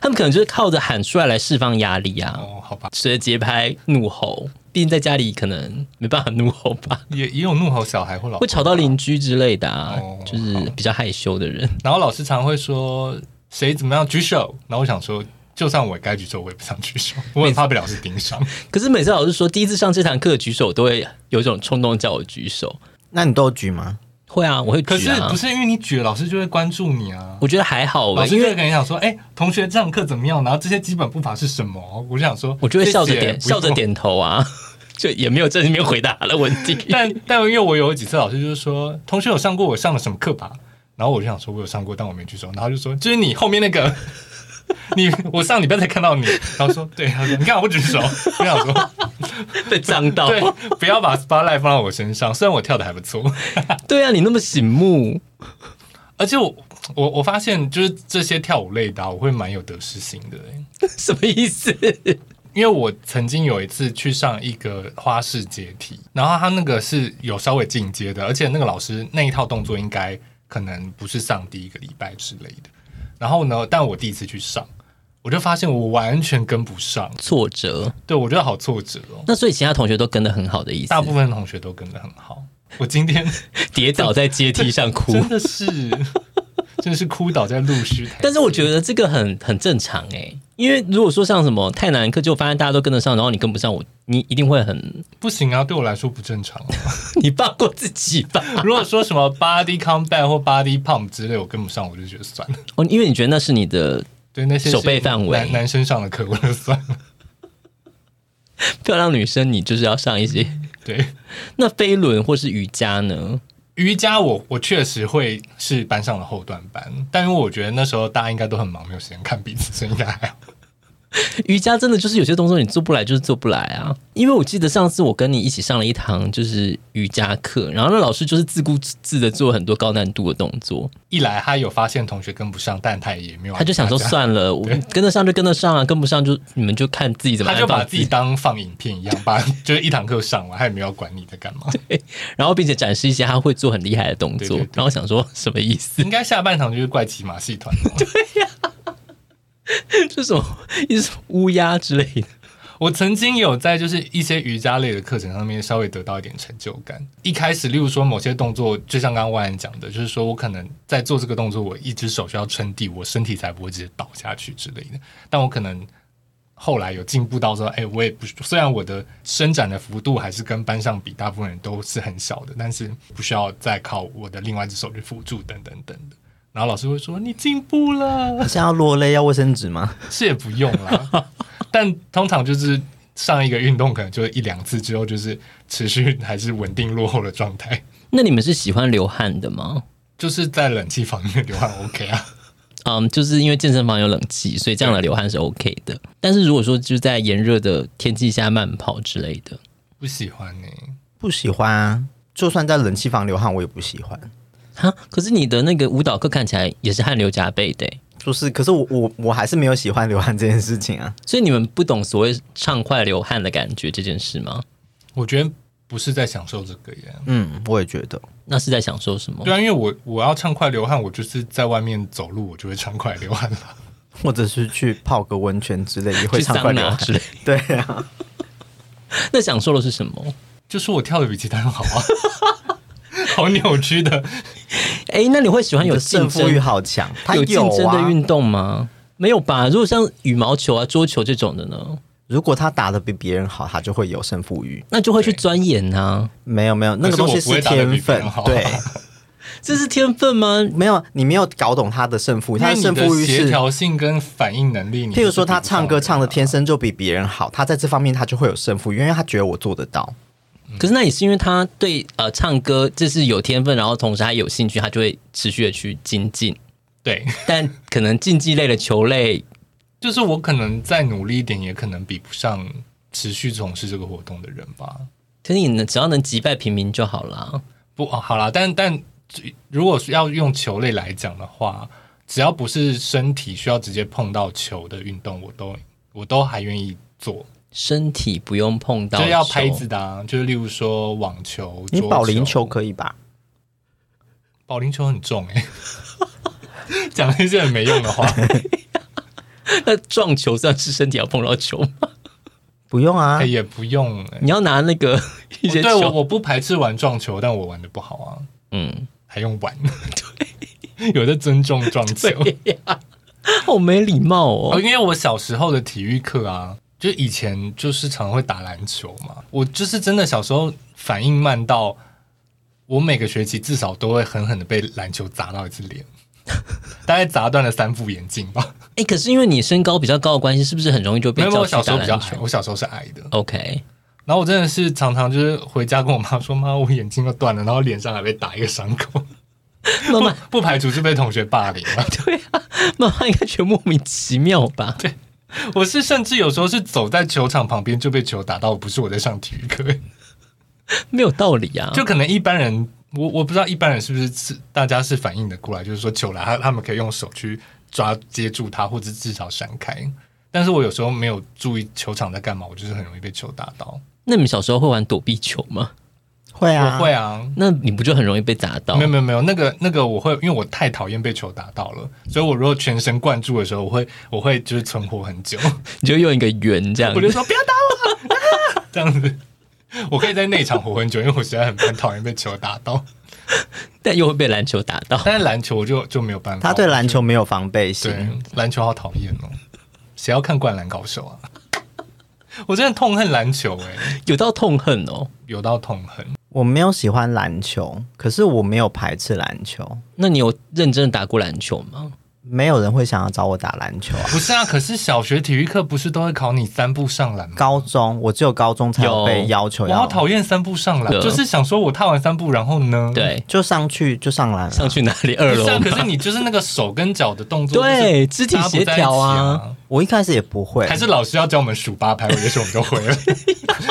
Speaker 1: 他们可能就是靠着喊出来来释放压力啊，
Speaker 2: 哦，好吧，
Speaker 1: 随着节拍怒吼。毕竟在家里可能没办法怒吼吧，
Speaker 2: 也也有怒吼小孩或老
Speaker 1: 会吵到邻居之类的啊，
Speaker 2: 哦
Speaker 1: 就是比较害羞的人。
Speaker 2: 然后老师常会说谁怎么样举手，然后我想说，就算我该举手，我也不想举手，我很怕被老师盯上。
Speaker 1: 可是每次老师说第一次上这堂课举手，我都会有一种冲动叫我举手。
Speaker 3: 那你都有举吗？
Speaker 1: 会啊，我会
Speaker 2: 可
Speaker 1: 举
Speaker 2: 是
Speaker 1: 啊哦
Speaker 2: 不。是因为你举了，老师就会关注你啊？
Speaker 1: 我觉得还好吧，
Speaker 2: 老师
Speaker 1: 因
Speaker 2: 就
Speaker 1: 为
Speaker 2: 会跟你讲说，哎、同学这堂课怎么样？然后这些基本步伐是什么？我就想说，
Speaker 1: 我就会笑着
Speaker 2: 谢谢
Speaker 1: 点笑着。
Speaker 2: 不用
Speaker 1: 点头啊， [LAUGHS] 就也没有正面回答了问 [LAUGHS] 题。
Speaker 2: 但但因为我有几次老师就是说，同学有上过我上的什么课吧？然后我就想说，我有上过，但我没举手。然后他就说，就是你后面那个， [LAUGHS] 你我上礼拜才看到你。然后说，对，他说你看我不举手。我想说，
Speaker 1: 被脏到，
Speaker 2: 对，不要把 spotlight 放到我身上。虽然我跳的还不错，
Speaker 1: 对啊，你那么醒目， [LAUGHS]
Speaker 2: 而且我我我发现就是这些跳舞类的啊、我会蛮有得失心的、欸。
Speaker 1: 什么意思？
Speaker 2: 因为我曾经有一次去上一个花式阶梯，然后他那个是有稍微进阶的，而且那个老师那一套动作应该可能不是上第一个礼拜之类的。然后呢，但我第一次去上，我就发现我完全跟不上，
Speaker 1: 挫折。
Speaker 2: 对我觉得好挫折哦。
Speaker 1: 那所以其他同学都跟得很好的意思，
Speaker 2: 大部分同学都跟得很好，我今天
Speaker 1: 跌倒在阶梯上 [LAUGHS] 哭。
Speaker 2: 真的是真的是哭倒在露须台，
Speaker 1: 但是我觉得这个很很正常哎、因为如果说像什么太难课，就发现大家都跟得上，然后你跟不上我，你一定会很 [LAUGHS]
Speaker 2: 不行啊，对我来说不正常、啊。
Speaker 1: 你放过自己吧。
Speaker 2: 如果说什么 body comeback 或 body pump 之类，我跟不上，我就觉得算了。
Speaker 1: [LAUGHS] 哦，因为你觉得那是你的 [LAUGHS]
Speaker 2: 对那些
Speaker 1: 手背范围
Speaker 2: 男男生上的课我就算了。 [LAUGHS]
Speaker 1: 漂亮女生，你就是要上一些。 [LAUGHS]
Speaker 2: 对，
Speaker 1: 那飞轮或是瑜伽呢？
Speaker 2: 瑜伽我我确实会是班上的后段班，但因为我觉得那时候大家应该都很忙，没有时间看彼此，所以应该还好。
Speaker 1: 瑜伽真的就是有些动作你做不来就是做不来啊。因为我记得上次我跟你一起上了一堂就是瑜伽课，然后那老师就是自顾自的做很多高难度的动作，
Speaker 2: 一来他有发现同学跟不上，但他也没有，
Speaker 1: 他就想说，算了，我 [LAUGHS] 跟得上就跟得上啊，跟不上就你们就看自己怎么
Speaker 2: 他
Speaker 1: 安
Speaker 2: 就
Speaker 1: 放
Speaker 2: 把自己当放影片一样，把 [LAUGHS] 就是一堂课上完，他也没有管你在干
Speaker 1: [LAUGHS]
Speaker 2: 嘛。
Speaker 1: 然后并且展示一些他会做很厉害的动作，
Speaker 2: 对对对
Speaker 1: 然后想说什么意思？ [LAUGHS]
Speaker 2: 应该下半场就是怪骑马戏团了。
Speaker 1: 这什么意思？乌鸦之类的。
Speaker 2: 我曾经有在就是一些瑜伽类的课程上面稍微得到一点成就感。一开始，例如说某些动作，就像刚刚万安讲的，就是说我可能在做这个动作，我一只手需要撑地，我身体才不会直接倒下去之类的。但我可能后来有进步到说，哎，我也不虽然我的伸展的幅度还是跟班上比，大部分人都是很小的，但是不需要再靠我的另外一只手去辅助等等等的。然后老师会说：“你进步了。”
Speaker 3: 现在要落泪要卫生纸吗？
Speaker 2: 是也不用啦，但通常就是上一个运动可能就一两次之后，就是持续还是稳定落后的状态，
Speaker 1: 那你们是喜欢流汗的吗？
Speaker 2: 就是在冷气房里面流汗 OK 啊。
Speaker 1: 嗯，就是因为健身房有冷气，所以这样的流汗是 OK 的。但是如果说就是在炎热的天气下慢跑之类的，
Speaker 2: 不喜欢呢、
Speaker 3: 不喜欢啊，就算在冷气房流汗我也不喜欢。
Speaker 1: 哈，可是你的那个舞蹈课看起来也是汗流浃背的欸，
Speaker 3: 就是，可是我我我还是没有喜欢流汗这件事情啊。
Speaker 1: 所以你们不懂所谓畅快流汗的感觉这件事吗？
Speaker 2: 我觉得不是在享受这个耶。
Speaker 3: 嗯，我也觉得。
Speaker 1: 那是在享受什么
Speaker 2: 对？啊，因为我我要畅快流汗，我就是在外面走路，我就会畅快流汗了。
Speaker 3: 或者是去泡个温泉之类，也会
Speaker 1: 去
Speaker 3: 畅快
Speaker 1: 桑
Speaker 3: 流
Speaker 1: 拿
Speaker 3: 汗。
Speaker 1: 之类。 [LAUGHS]
Speaker 3: 对啊，
Speaker 1: 那享受的是什么？
Speaker 2: 就是我跳的比其他人好啊， [LAUGHS] 好扭曲的。
Speaker 1: 哎，那你会喜欢
Speaker 3: 你
Speaker 1: 有
Speaker 3: 的
Speaker 1: 竞
Speaker 3: 胜负
Speaker 1: 争
Speaker 3: 欲好强，他
Speaker 1: 有
Speaker 3: 有
Speaker 1: 竞争的
Speaker 3: 啊。
Speaker 1: 运动吗？没有吧？如果像羽毛球啊、桌球这种的呢，
Speaker 3: 如果他打的比别人好，他就会有胜负欲。
Speaker 1: 那就会去钻研啊。
Speaker 3: 没有没有，那
Speaker 2: 可是
Speaker 3: 个东
Speaker 2: 我
Speaker 3: 西
Speaker 2: 不会打得
Speaker 3: 天
Speaker 2: 比别人
Speaker 3: 分
Speaker 2: 好啊，
Speaker 3: 对，
Speaker 1: 这是天分吗？
Speaker 3: 没有你没有搞懂他的
Speaker 2: [LAUGHS]
Speaker 3: 胜负，欲，
Speaker 2: 因
Speaker 3: 他
Speaker 2: 为你
Speaker 3: 胜负
Speaker 2: 的
Speaker 3: 欲
Speaker 2: 协
Speaker 3: 是，
Speaker 2: 调性跟反应能力，你
Speaker 3: 譬如说他
Speaker 2: 就是比不上
Speaker 3: 唱歌
Speaker 2: 人
Speaker 3: 唱的
Speaker 2: 啊
Speaker 3: 天生就比别人好，他在这方面他就会有胜负欲，因为他觉得我做得到。
Speaker 1: 可是那也是因为他对呃唱歌这是有天分，然后同时他有兴趣，他就会持续的去精进。
Speaker 2: 对，
Speaker 1: 但可能竞技类的球类，
Speaker 2: 就是我可能再努力一点，也可能比不上持续从事这个活动的人吧。
Speaker 1: 可是你能只要能击败平民就好啊啦。
Speaker 2: 不，哦、好啦，但但如果是要用球类来讲的话，只要不是身体需要直接碰到球的运动，我都我都还愿意做。
Speaker 1: 身体不用碰到
Speaker 2: 就
Speaker 1: 球，
Speaker 2: 要拍子的、啊，就是例如说网球、
Speaker 3: 你
Speaker 2: 桌
Speaker 3: 保龄球、可以吧？
Speaker 2: 保龄球很重哎、 [LAUGHS] 讲了一些很没用的
Speaker 3: [LAUGHS]
Speaker 2: 话。
Speaker 1: 那 [LAUGHS] 撞球算是身体要碰到球
Speaker 2: [LAUGHS]
Speaker 1: 吗？
Speaker 3: 不用啊
Speaker 2: 哎，也不用、欸。
Speaker 1: 你要拿那个 [LAUGHS] 一些
Speaker 2: 对我
Speaker 1: 球，
Speaker 2: 我不排斥玩撞球，但我玩的不好啊。
Speaker 1: 嗯，
Speaker 2: 还用玩？ [LAUGHS] 对，有在尊重撞球。 [LAUGHS]
Speaker 1: 好没礼貌
Speaker 2: 哦，
Speaker 1: 哦。
Speaker 2: 因为我小时候的体育课啊，就以前就是常会打篮球嘛。我就是真的小时候反应慢到，我每个学期至少都会狠狠的被篮球砸到一次 [LAUGHS] 脸，大概砸断了三副眼镜吧。
Speaker 1: 哎、可是因为你身高比较高的关系，是不是很容易就
Speaker 2: 没
Speaker 1: 被
Speaker 2: 有，没有
Speaker 1: 叫
Speaker 2: 我小
Speaker 1: 去
Speaker 2: 时
Speaker 1: 打
Speaker 2: 候比较
Speaker 1: 篮
Speaker 2: 矮，
Speaker 1: 球
Speaker 2: 我小时候是矮的。
Speaker 1: ？OK，
Speaker 2: 然后我真的是常常就是回家跟我妈说：“妈，我眼睛要断了。”然后脸上还被打一个伤 [LAUGHS] 口。
Speaker 1: 妈
Speaker 2: 不
Speaker 1: 妈， [LAUGHS]
Speaker 2: 不排除是被同学霸凌了。
Speaker 1: 对啊，妈妈应该觉得莫名其妙
Speaker 2: [LAUGHS]
Speaker 1: 吧？
Speaker 2: 我是甚至有时候是走在球场旁边就被球打到，不是我在上体育课，
Speaker 1: 没有道理啊。
Speaker 2: 就可能一般人，我我不知道一般人是不是是大家是反应的过来，就是说球来，他他们可以用手去抓接住它，或者至少闪开。但是我有时候没有注意球场在干嘛，我就是很容易被球打到。
Speaker 1: 那你们小时候会玩躲避球吗？
Speaker 3: 会啊，
Speaker 2: 我会啊，
Speaker 1: 那你不就很容易被砸到
Speaker 2: 没？有没有没有，那个那个我会，因为我太讨厌被球打到了，所以我如果全神贯注的时候，我会我会就是存活很久。
Speaker 1: 你就用一个圆这样
Speaker 2: 我就
Speaker 1: 子，
Speaker 2: 说不要打我、哎啊，这样子，我可以在内场活很久，因为我实在很很讨厌被球打到。
Speaker 1: 但又会被篮球打到。
Speaker 2: 但是篮球我就就没有办法，
Speaker 3: 他对篮球没有防备
Speaker 2: 对
Speaker 3: 心，
Speaker 2: 篮球好讨厌哦，谁要看《灌篮高手》啊？我真的痛恨篮球哎、
Speaker 1: 有到痛恨哦。
Speaker 2: 有到痛恨。
Speaker 3: 我没有喜欢篮球，可是我没有排斥篮球。
Speaker 1: 那你有认真的打过篮球吗？
Speaker 3: 没有人会想要找我打篮球啊。
Speaker 2: 不是啊，可是小学体育课不是都会考你三步上篮吗？
Speaker 3: 高中我只有高中才有被要求
Speaker 2: 我好
Speaker 3: 要，
Speaker 2: 讨厌三步上篮，
Speaker 1: 啊对啊
Speaker 2: 就是想说我踏完三步，然后呢？。
Speaker 1: 对，
Speaker 3: 就上去就上篮、
Speaker 1: 上
Speaker 2: [LAUGHS]
Speaker 3: 了。
Speaker 1: 去哪里？二
Speaker 2: 不是
Speaker 1: 楼
Speaker 2: 啊，
Speaker 1: 吗？
Speaker 2: 可是你就是那个手跟脚的动作，
Speaker 1: 对肢体协调啊
Speaker 2: 啊。
Speaker 3: 我一开始也不会，
Speaker 2: 还是老师要教我们数八拍，我也许我们就会了，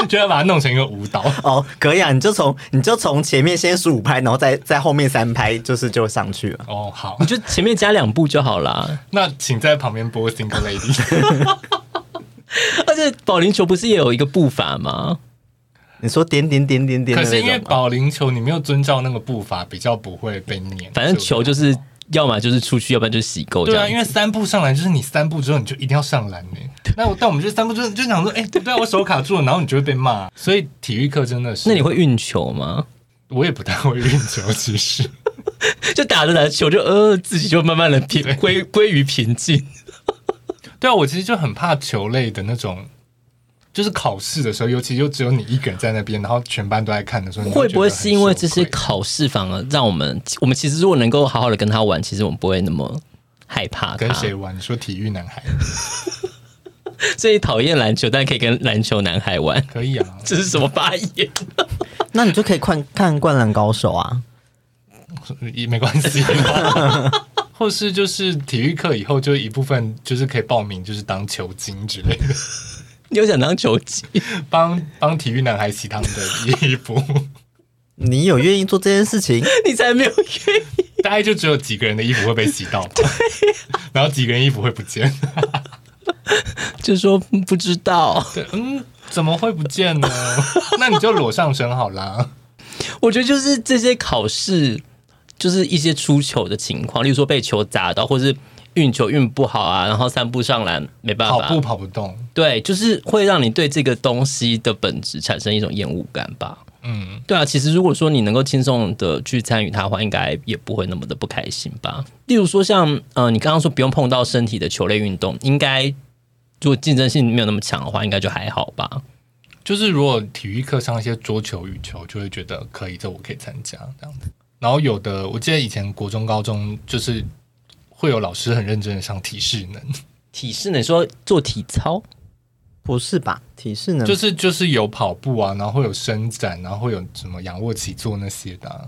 Speaker 2: [LAUGHS] 就要把它弄成一个舞蹈。
Speaker 3: 哦，可以啊，你就从你就从前面先数五拍，然后再在后面三拍，就是就上去了。
Speaker 2: 哦，好
Speaker 1: 你，就前面加两步就好啦。
Speaker 2: 那请在旁边播《Single Lady》
Speaker 1: 而且保龄球不是也有一个步伐吗？
Speaker 3: 你说点点点点点
Speaker 2: 可
Speaker 3: 的
Speaker 2: 是因为
Speaker 3: 那种吗？
Speaker 2: 保龄球，你没有遵照那个步伐，比较不会被撵。
Speaker 1: 反正球就是要么就是出去，要不然就是洗够这
Speaker 2: 对
Speaker 1: 样
Speaker 2: 啊，
Speaker 1: 子。
Speaker 2: 因为三步上篮就是你三步之后你就一定要
Speaker 1: [LAUGHS]
Speaker 2: 上篮呢。那我但我们就三步之后你就想说，哎、不对啊，我手卡住了，然后你就会被骂。所以体育课真的是，
Speaker 1: 那你会运球吗？ [LAUGHS]
Speaker 2: 我也不太会运球，其实
Speaker 1: 就打着打着球就呃，自己就慢慢的平归归于平静。
Speaker 2: 对啊，我其实就很怕球类的那种。就是考试的时候，尤其就只有你一个人在那边，然后全班都在看的时候，你
Speaker 1: 会
Speaker 2: 觉
Speaker 1: 不
Speaker 2: 得
Speaker 1: 会
Speaker 2: 很
Speaker 1: 是因为这些
Speaker 2: 羞愧
Speaker 1: 考试反而让我们，我们其实如果能够好好的跟他玩，其实我们不会那么害怕
Speaker 2: 跟
Speaker 1: 他。
Speaker 2: 谁玩？你说体育男孩
Speaker 1: 所以讨厌篮球，但可以跟篮球男孩玩， [LAUGHS]
Speaker 2: 可以啊？
Speaker 1: 这是什么发言？
Speaker 3: 那你就可以看看《灌篮高手》啊。
Speaker 2: 也没关系，啊
Speaker 1: [LAUGHS]
Speaker 2: 或是就是体育课以后就一部分就是可以报名，就是当球精之类的，
Speaker 1: 你有想当球技？ [LAUGHS]
Speaker 2: 帮帮体育男孩洗他们的衣服，
Speaker 3: 你有愿意做这件事情？
Speaker 1: 你才没有愿意。
Speaker 2: 大概就只有几个人的衣服会被洗到，
Speaker 1: 啊
Speaker 2: 然后几个人衣服会
Speaker 1: [LAUGHS]
Speaker 2: 不见，
Speaker 1: 就说嗯不知道。
Speaker 2: 对，嗯，怎么会不见呢？那你就裸上身好啦。
Speaker 1: 我觉得就是这些考试，就是一些出糗的情况，例如说被球砸到，或是运球运不好啊，然后三步上篮没办
Speaker 2: 跑
Speaker 1: 法，
Speaker 2: 步跑不动，
Speaker 1: 对，就是会让你对这个东西的本质产生一种厌恶感吧。
Speaker 2: 嗯，
Speaker 1: 对啊，其实如果说你能够轻松的去参与它的话，应该也不会那么的不开心吧。例如说像呃，你刚刚说不用碰到身体的球类运动，应该如果竞争性没有那么强的话，应该就还好吧。
Speaker 2: 就是如果体育课上一些桌球、羽球，就会觉得可以，这我可以参加这样子。然后有的，我记得以前国中、高中就是会有老师很认真的上体适能，
Speaker 1: 体适能说做体操，
Speaker 3: 不是吧？体适
Speaker 1: 嗯
Speaker 3: 能
Speaker 2: 就是就是有跑步啊，然后会有伸展，然后会有什么仰卧起坐那些的啊、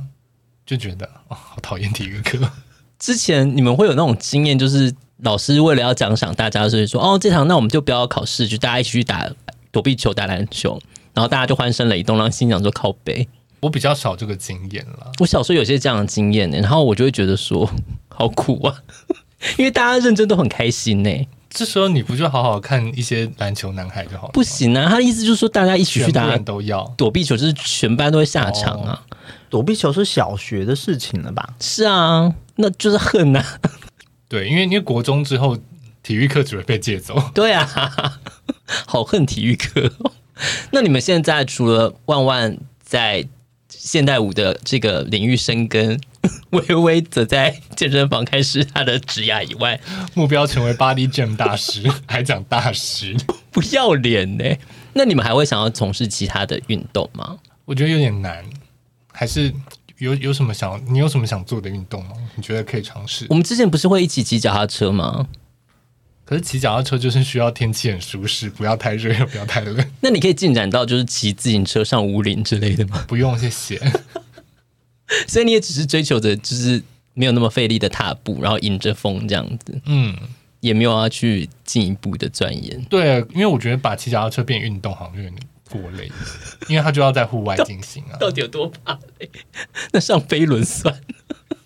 Speaker 2: 就觉得哦，好讨厌体育课。 [LAUGHS]
Speaker 1: 之前你们会有那种经验，就是老师为了要奖赏大家，所以说哦，这堂那我们就不要考试，就大家一起去打躲避球、打篮球，然后大家就欢声雷动，让心想说靠背。
Speaker 2: 我比较少这个经验啦，
Speaker 1: 我小时候有些这样的经验欸呢，然后我就会觉得说好苦啊， [LAUGHS] 因为大家认真都很开心欸呢。
Speaker 2: 这时候你不就好好看一些篮球男孩就好了？
Speaker 1: 不行啊，他的意思就是说大家一起
Speaker 2: 全
Speaker 1: 去
Speaker 2: 部
Speaker 1: 打
Speaker 2: 人都要。
Speaker 1: 躲避球，就是全班都会下场啊。
Speaker 3: 躲避球是小学的事情了吧？
Speaker 1: 是啊，那就是恨啊。
Speaker 2: 对，因为因为国中之后体育课只会被借走。
Speaker 1: [LAUGHS] 对啊，好恨体育课哦、 [LAUGHS] 那你们现在除了万万在现代舞的这个领域深耕， [LAUGHS] 微微则在健身房开始他的职涯以外，
Speaker 2: 目标成为 Body Jam 大师， [LAUGHS] 还讲大师，
Speaker 1: 不要脸呢、那你们还会想要从事其他的运动吗？
Speaker 2: 我觉得有点难。还是有有什么想你有什么想做的运动吗？你觉得可以尝试
Speaker 1: 我？们之前不是会一起骑脚踏车吗？
Speaker 2: 可是骑脚踏车就是需要天气很舒适，不要太热又 [LAUGHS] 不要太冷，
Speaker 1: 那你可以进展到就是骑自行车上五岭之类的吗？ [LAUGHS]
Speaker 2: 不用谢谢。
Speaker 1: 所以你也只是追求着就是没有那么费力的踏步，然后迎着风这样子，
Speaker 2: 嗯，
Speaker 1: 也没有要去进一步的钻研。
Speaker 2: 对，因为我觉得把骑脚踏车变运动好像有点过累，因为它就要在户外进行啊。
Speaker 1: 到底有多怕嘞？ [LAUGHS] 那上飞轮算？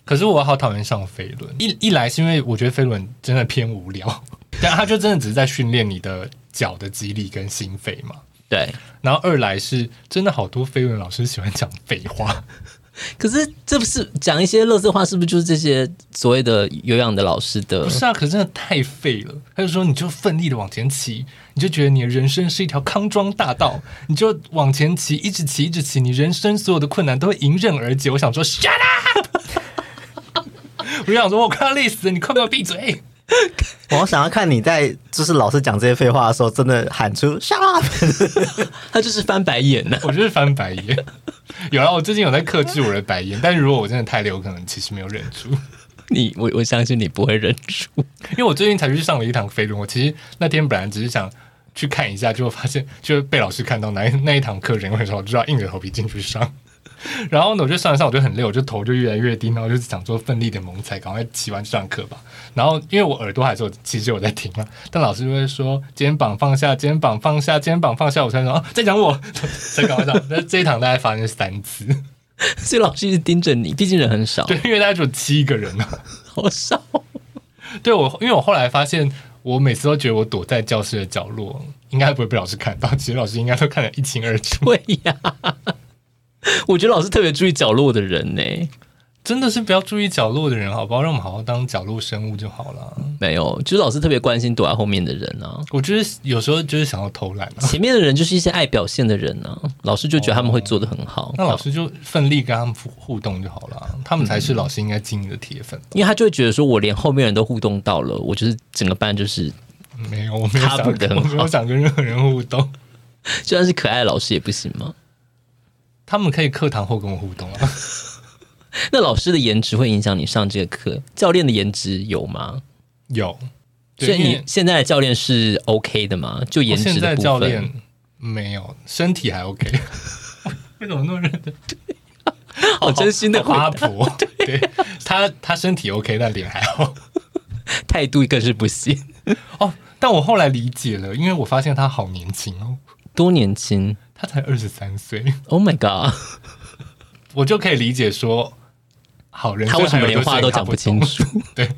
Speaker 2: 可是我好讨厌上飞轮，一一来是因为我觉得飞轮真的偏无聊，但它就真的只是在训练你的脚的肌力跟心肺嘛。
Speaker 1: 对，
Speaker 2: 然后二来是真的好多飞轮老师喜欢讲废话， [LAUGHS]
Speaker 1: 可是这不是讲一些乐色话，是不是就是这些所谓的有氧的老师的
Speaker 2: [LAUGHS] 不？是啊，可是真的太废了。他就说你就奋力的往前骑，你就觉得你的人生是一条康庄大道，你就往前骑，一直骑，一直骑，你人生所有的困难都会迎刃而解。我想说 shut up，我就想说我快要累死了，你快给我闭嘴。
Speaker 3: 我好想要看你在就是老师讲这些废话的时候，真的喊出 “shut up”。 [LAUGHS]
Speaker 1: 他就是翻白眼啊呐、
Speaker 2: 我就是翻白眼。 [LAUGHS] 有啊，我最近有在克制我的白眼，但是如果我真的太累，我可能其实没有忍住，
Speaker 1: [LAUGHS] 你我我相信你不会忍住。 [LAUGHS]
Speaker 2: 因为我最近才去上了一堂飞轮。我其实那天本来只是想去看一下，结果发现就是被老师看到那一那一堂课人会说，我知道硬着头皮进去上。 [LAUGHS] 然后呢，我就上一上，我就很累，我就头就越来越低，然后就是想说奋力的猛踩，赶快骑完上课吧。然后因为我耳朵还是有，其实有在听啊，但老师就会说肩膀放下，肩膀放下，肩膀放下，我才说啊，在讲我， [LAUGHS] 才赶快上。但是这一堂大概发生三次， [LAUGHS]
Speaker 1: 所以老师一直盯着你，毕竟人很少，
Speaker 2: 对，因为大概只有七个人啊。
Speaker 1: 好少。
Speaker 2: 对我，因为我后来发现，我每次都觉得我躲在教室的角落，应该不会被老师看到，其实老师应该都看得一清二楚。
Speaker 1: 对呀、 [LAUGHS] 我觉得老师特别注意角落的人呢、
Speaker 2: 真的是不要注意角落的人，好不好？让我们好好当角落生物就好了。
Speaker 1: 没有，就是老师特别关心躲在后面的人
Speaker 2: [LAUGHS]
Speaker 1: 啊。
Speaker 2: 我就是有时候就是想要偷懒、啊，
Speaker 1: 前面的人就是一些爱表现的人啊，老师就觉得他们会做的很好，
Speaker 2: 哦那老师就奋力跟他们互互动就好了，他们才是老师应该经营的铁粉。
Speaker 1: 因为他就会觉得说，我连后面人都互动到了，我就是整个班就是，
Speaker 2: 没有，我没有想，
Speaker 1: cover 得很
Speaker 2: [LAUGHS] 我
Speaker 1: 好
Speaker 2: 没有想跟任何人互动。
Speaker 1: 就算是可爱的老师也不行吗？
Speaker 2: 他们可以课堂后跟我互动 [LAUGHS] 啊，
Speaker 1: 那老师的颜值会影响你上这个课，教练的颜值有吗？
Speaker 2: 有。
Speaker 1: 所
Speaker 2: 对
Speaker 1: 以
Speaker 2: 因为
Speaker 1: 你现在的教练是 OK 的吗？就
Speaker 2: 我
Speaker 1: 颜值
Speaker 2: 现
Speaker 1: 的
Speaker 2: 在
Speaker 1: 部
Speaker 2: 教
Speaker 1: 分
Speaker 2: 练，没有，身体还 OK。为什么那么认真？
Speaker 1: [LAUGHS] 好真心
Speaker 2: [LAUGHS]
Speaker 1: 的回
Speaker 2: 花
Speaker 1: 答， [LAUGHS]
Speaker 2: 婆，对他他身体 OK，但脸还好。 [LAUGHS]
Speaker 1: 态度更是不行。
Speaker 2: 哦，但我后来理解了，因为我发现他好年轻哦，
Speaker 1: 多年轻
Speaker 2: 他才二十三岁，
Speaker 1: ，Oh my god！
Speaker 2: 我就可以理解说，好人
Speaker 1: 他
Speaker 2: 生
Speaker 1: 为什么
Speaker 2: 还有
Speaker 1: 连
Speaker 2: 多
Speaker 1: 话
Speaker 2: 些
Speaker 1: 都
Speaker 2: 看
Speaker 1: 讲
Speaker 2: 不
Speaker 1: 不清
Speaker 2: 懂？
Speaker 1: 楚？
Speaker 2: 对，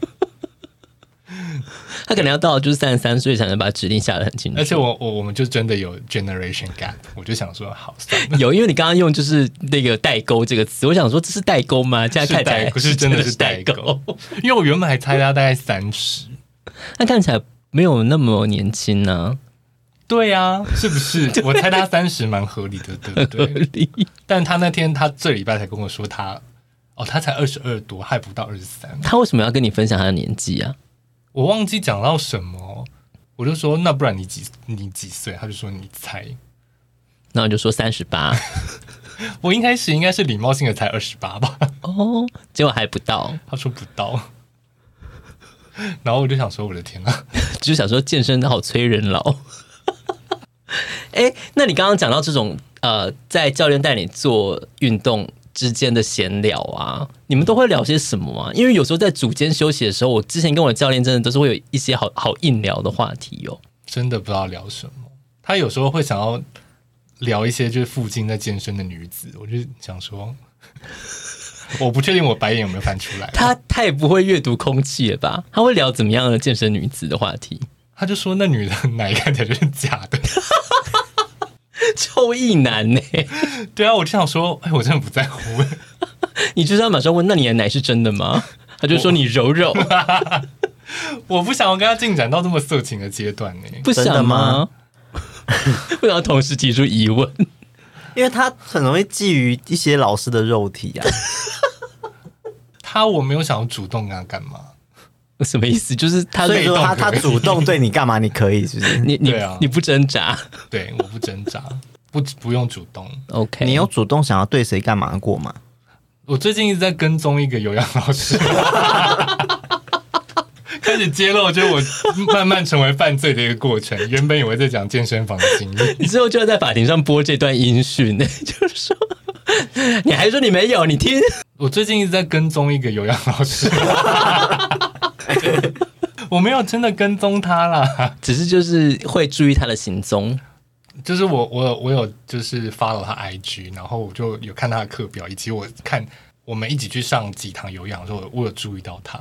Speaker 1: [LAUGHS] 他可能要到就是三十三岁才能把指令下得很清楚。
Speaker 2: [LAUGHS] 而且我我我们就真的有 generation gap，我就想说，好，算了
Speaker 1: 有，因为你刚刚用就是那个代沟这个词，我想说这是代沟吗？这样看
Speaker 2: 是
Speaker 1: 起来
Speaker 2: 代沟，是真的是代沟，因为我原本还猜他大概三十，
Speaker 1: 那看起来没有那么年轻啊呢、
Speaker 2: 对啊，是不是？
Speaker 1: [LAUGHS]
Speaker 2: 我猜他三十蛮合理的，对不对？ [LAUGHS]
Speaker 1: 理。
Speaker 2: 但他那天他这礼拜才跟我说他，哦，他才二十二多，还不到二十三，
Speaker 1: 他为什么要跟你分享他的年纪啊？
Speaker 2: 我忘记讲到什么，我就说那不然你几你几岁？他就说你猜，
Speaker 1: 然后就说三十八
Speaker 2: 我一开始应该是礼貌性的猜二十八吧， [LAUGHS]
Speaker 1: 哦，结果还不到，
Speaker 2: 他说不到，然后我就想说我的天啊，
Speaker 1: 就想说健身好催人老。哎、那你刚刚讲到这种呃，在教练带你做运动之间的闲聊啊，你们都会聊些什么啊？因为有时候在组间休息的时候，我之前跟我的教练真的都是会有一些好好硬聊的话题哦。
Speaker 2: 真的不知道聊什么。他有时候会想要聊一些就是附近在健身的女子，我就想说， [LAUGHS] 我不确定我白眼有没有翻出来。
Speaker 1: 他太不会阅读空气了吧？他会聊怎么样的健身女子的话题？ [LAUGHS]
Speaker 2: 他就说那女的奶看起来就是假的，
Speaker 1: 臭意男欸呢、
Speaker 2: 对啊，我就想说，哎，我真的不在乎。 [LAUGHS]
Speaker 1: 你就是要马上问，那你的奶是真的 [LAUGHS] 吗？他就说你揉揉，
Speaker 2: 我不想要跟他进展到这么色情的阶段呢、
Speaker 1: [LAUGHS] 不
Speaker 3: 真的
Speaker 1: 想
Speaker 3: 吗？
Speaker 1: [LAUGHS] 不想同时提出疑问，
Speaker 3: 因为他很容易觊觎一些老师的肉
Speaker 2: [LAUGHS]
Speaker 3: 体啊。
Speaker 2: 他我没有想要主动跟他干嘛，
Speaker 1: 什么意思？就是他
Speaker 3: 所以说他
Speaker 2: 被动
Speaker 3: 他
Speaker 2: 可以
Speaker 3: 主动对你干嘛，你可以是不是？
Speaker 1: 你你、
Speaker 2: 对啊
Speaker 1: 你不挣扎
Speaker 2: 对，我不挣扎，不不用主动。
Speaker 1: ，OK？
Speaker 3: 你有主动想要对谁干嘛过吗？
Speaker 2: 我最近一直在跟踪一个有氧老师， [LAUGHS] 开始揭露，就是我慢慢成为犯罪的一个过程。原本以为在讲健身房的经历，
Speaker 1: 你之后就要在法庭上播这段音讯 [LAUGHS] 呢，就是说你还说你没有，你听
Speaker 2: 我最近一直在跟踪一个有氧老师，我没有真的跟踪他啦，
Speaker 1: 只是就是会注意他的行踪，
Speaker 2: 就是我我有我有就是发了他 IG，然后我就有看他的课表，以及我看我们一起去上几堂有氧的时候，我有注意到他，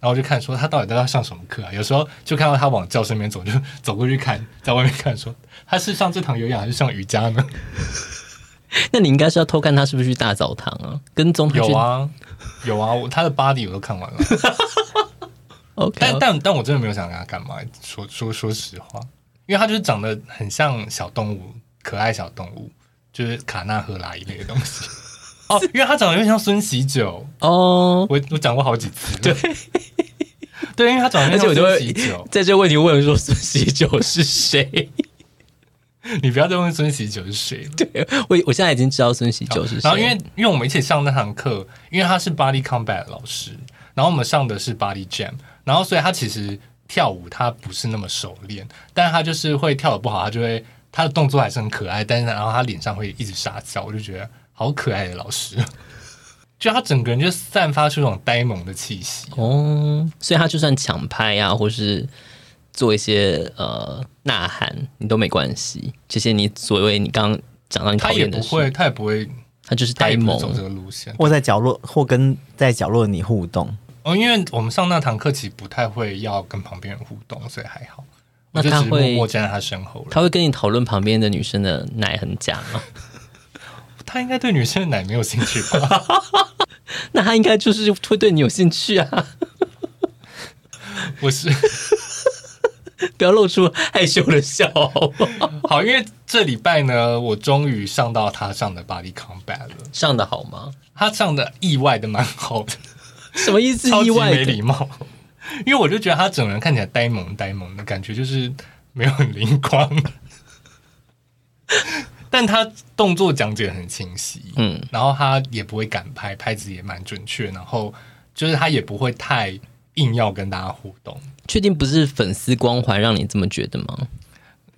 Speaker 2: 然后我就看说他到底在上什么课啊？有时候就看到他往教室里面走，就 [LAUGHS] 走过去看，在外面看说他是上这堂有氧还是上瑜伽呢？
Speaker 1: 那你应该是要偷看他是不是去大澡堂啊，跟踪他去
Speaker 2: [LAUGHS] 有啊有啊，我他的 body 我都看完了，
Speaker 1: ，OK？
Speaker 2: 但但但我真的没有想跟他干嘛，说说说实话，因为他就是长得很像小动物，可爱小动物，就是卡纳赫拉一类的东
Speaker 1: [LAUGHS]
Speaker 2: 西。哦，因为他长得有点像孙喜九，
Speaker 1: 哦，
Speaker 2: 我我讲过好几次。对， [LAUGHS] 对，因为他长得
Speaker 1: 而且
Speaker 2: 有
Speaker 1: 我就
Speaker 2: 点像
Speaker 1: 会
Speaker 2: 孙喜九，
Speaker 1: 在这个问题问说孙喜九是谁？
Speaker 2: 你不要再问孙喜九是谁了。
Speaker 1: 对我我现在已经知道孙喜九是谁，
Speaker 2: 然后因为因为我们一起上那堂课，因为他是 Body Combat 老师，然后我们上的是 Body Jam，然后所以他其实跳舞他不是那么熟练，但他就是会跳的不好，他就会他的动作还是很可爱，但是然后他脸上会一直撒娇，我就觉得好可爱的老师， [LAUGHS] 就他整个人就散发出一种呆萌的气息。
Speaker 1: 哦，所以他就算抢拍啊，或是做一些呃呐喊，你都没关系。这些你所谓你刚刚讲到你
Speaker 2: 他
Speaker 1: 讨
Speaker 2: 也
Speaker 1: 厌的
Speaker 2: 不
Speaker 1: 事，
Speaker 2: 会，他也不会，
Speaker 1: 他就是
Speaker 2: 他
Speaker 1: 呆
Speaker 2: 也不
Speaker 1: 萌
Speaker 2: 是。走这个路线。
Speaker 3: 或在角落，或跟在角落的你互动。
Speaker 2: 哦，因为我们上那堂课其实不太会要跟旁边人互动，所以还好。
Speaker 1: 那
Speaker 2: 我就只
Speaker 1: 他
Speaker 2: 是默
Speaker 1: 会
Speaker 2: 默站在他身后了。
Speaker 1: 他会跟你讨论旁边的女生的奶很假吗？ [LAUGHS]
Speaker 2: 他应该对女生的奶没有兴趣吧？
Speaker 1: 那他应该就是会对你有兴趣啊！ [LAUGHS]
Speaker 2: 我是
Speaker 1: 不要露出害羞的笑好
Speaker 2: [LAUGHS]
Speaker 1: 不好
Speaker 2: 好，因为这礼拜呢，我终于上到他上的 Body Combat 了。
Speaker 1: 上的好吗？
Speaker 2: 他上的意外的蛮好的，
Speaker 1: 什么意思？
Speaker 2: 超
Speaker 1: 意
Speaker 2: 级
Speaker 1: 外
Speaker 2: 没
Speaker 1: 的
Speaker 2: 礼貌。因为我就觉得他整个人看起来呆萌呆萌的感觉，就是没有很灵光。 [LAUGHS] 但他动作讲解很清晰，
Speaker 1: 嗯
Speaker 2: 嗯，然后他也不会赶拍，拍子也蛮准确，然后就是他也不会太硬要跟大家互动，
Speaker 1: 确定不是粉丝光环让你这么觉得
Speaker 2: [LAUGHS]
Speaker 1: 吗？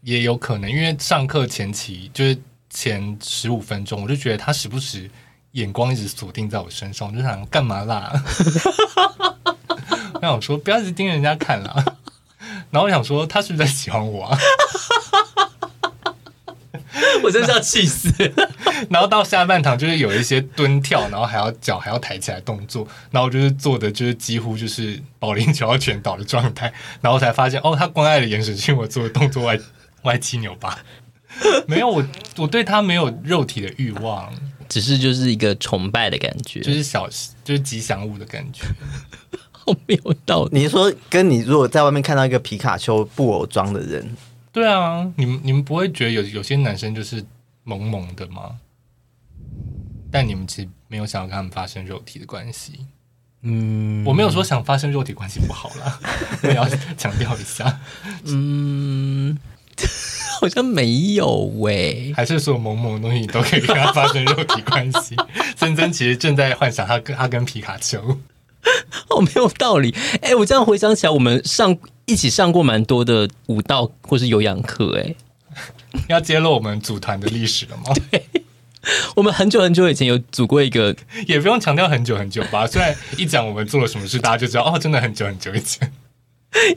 Speaker 2: 也有可能因为上课前期就是前十五分钟，我就觉得他时不时眼光一直锁定在我身上，我就想干嘛啦？ [LAUGHS] 我想说不要一直盯人家看啦。然后我想说他是不是在喜欢我啊？
Speaker 1: 我真是要气死！
Speaker 2: 然后到下半场就是有一些蹲跳，然后还要脚还要抬起来动作，然后我就是做的就是几乎就是保龄球要全倒的状态，然后才发现哦，他关爱的眼神是因为我做的动作歪歪七扭八。 [LAUGHS] 没有我，我对他没有肉体的欲望，
Speaker 1: [LAUGHS] 只是就是一个崇拜的感觉，
Speaker 2: 就是小就是吉祥物的感觉。
Speaker 1: 好没有道理。
Speaker 3: 你是说跟你如果在外面看到一个皮卡丘布偶装的人，
Speaker 2: 对啊，你们你们不会觉得有有些男生就是萌萌的吗？但你们其实没有想要跟他们发生肉体的关系。嗯，我没有说想发生肉体关系不好啦， [LAUGHS] 我也要强调一下，
Speaker 1: 嗯， [LAUGHS] 好像没有欸喂、
Speaker 2: 还是所有萌萌的东西你都可以跟他发生肉体关系。森森其实正在幻想他跟他跟皮卡丘，
Speaker 1: 好哦没有道理。哎、我这样回想起来，我们上一起上过蛮多的舞蹈或是有氧课，哎，
Speaker 2: 要揭露我们组团的历史了吗？
Speaker 1: 我们很久很久以前有组过一个 [LAUGHS]
Speaker 2: 也不用强调很久很久吧，虽然一讲我们做了什么事，大家就知道哦，真的很久很久以前。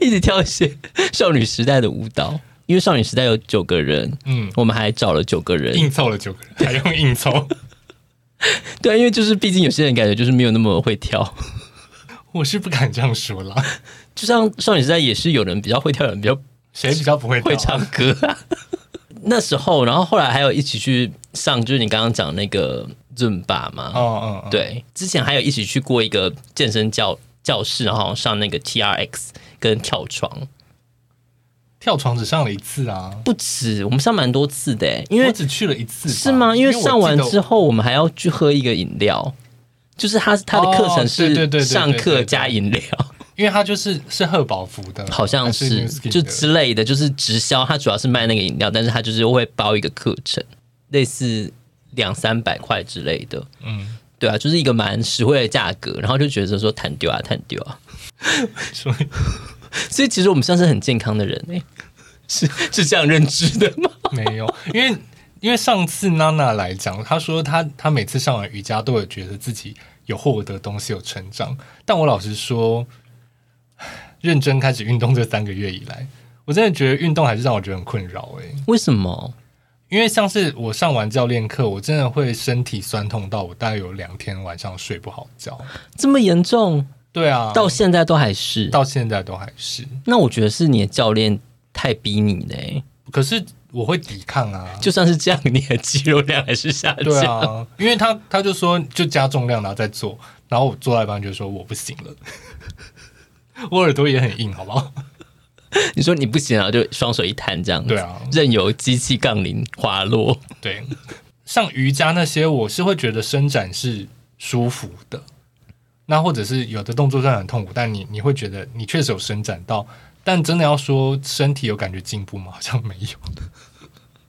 Speaker 1: 一直跳一些少女时代的舞蹈，因为少女时代有九个人，
Speaker 2: 嗯，
Speaker 1: 我们还找了九个人。
Speaker 2: 硬凑了九个人，还用硬凑。
Speaker 1: 对，啊因为就是毕竟有些人感觉就是没有那么会跳，
Speaker 2: 我是不敢这样说啦，
Speaker 1: 就像少女时代也是有人比较会跳，有人比较
Speaker 2: 谁比较不会跳
Speaker 1: 会唱歌、啊。 [LAUGHS] 那时候，然后后来还有一起去上，就是你刚刚讲那个润吧嘛，
Speaker 2: 哦嗯，嗯，
Speaker 1: 对，之前还有一起去过一个健身教教室，然后好像上那个 T R X 跟跳床，
Speaker 2: 跳床只上了一次啊，
Speaker 1: 不止，我们上蛮多次的欸，因为
Speaker 2: 我只去了一次吧，
Speaker 1: 是吗？因为
Speaker 2: 我
Speaker 1: 上完
Speaker 2: 记得
Speaker 1: 之后，我们还要去喝一个饮料，就是他他的课程
Speaker 2: 哦对对对对
Speaker 1: 是
Speaker 2: 对
Speaker 1: 上课加饮料，
Speaker 2: 因为它就是是贺宝福的，
Speaker 1: 好像
Speaker 2: 还
Speaker 1: 是
Speaker 2: New Skin
Speaker 1: 就
Speaker 2: 的
Speaker 1: 之类的，就是直销，他主要是卖那个饮料，但是他就是会包一个课程，类似两三百块之类的，
Speaker 2: 嗯，
Speaker 1: 对啊，就是一个蛮实惠的价格，然后就觉得说谈丢啊谈丢啊，
Speaker 2: 所以
Speaker 1: [LAUGHS] 所以其实我们算是很健康的人欸诶、是是这样认知的吗？
Speaker 2: 没有，因为因为上次娜娜来讲，她说她她每次上完瑜伽都有觉得自己有获得东西，有成长。但我老实说， [SIGHS] 认真开始运动这三个月以来，我真的觉得运动还是让我觉得很困扰欸诶、
Speaker 1: 为什么？
Speaker 2: 因为像是我上完教练课，我真的会身体酸痛到我大概有两天晚上睡不好觉。
Speaker 1: 这么严重，
Speaker 2: 对啊，
Speaker 1: 到现在都还是。
Speaker 2: 到现在都还是，
Speaker 1: 那我觉得是你的教练太逼你嘞、
Speaker 2: 可是我会抵
Speaker 1: [LAUGHS]
Speaker 2: 抗啊。
Speaker 1: 就算是这样，你的肌肉量还是下降。
Speaker 2: 对啊， [LAUGHS] 因为他他就说就加重量然后再做，然后我做到一半就说我不行了， [LAUGHS] 我耳朵也很硬，好不好？
Speaker 1: 你说你不行啊，就双手一摊这样子，
Speaker 2: 对啊
Speaker 1: 任由机器杠铃滑落。 [LAUGHS]
Speaker 2: 对，像瑜伽那些，我是会觉得伸展是舒服的，那或者是有的动作虽然很痛苦，但你你会觉得你确实有伸展到，但真的要说身体有感觉进步吗？好像没有。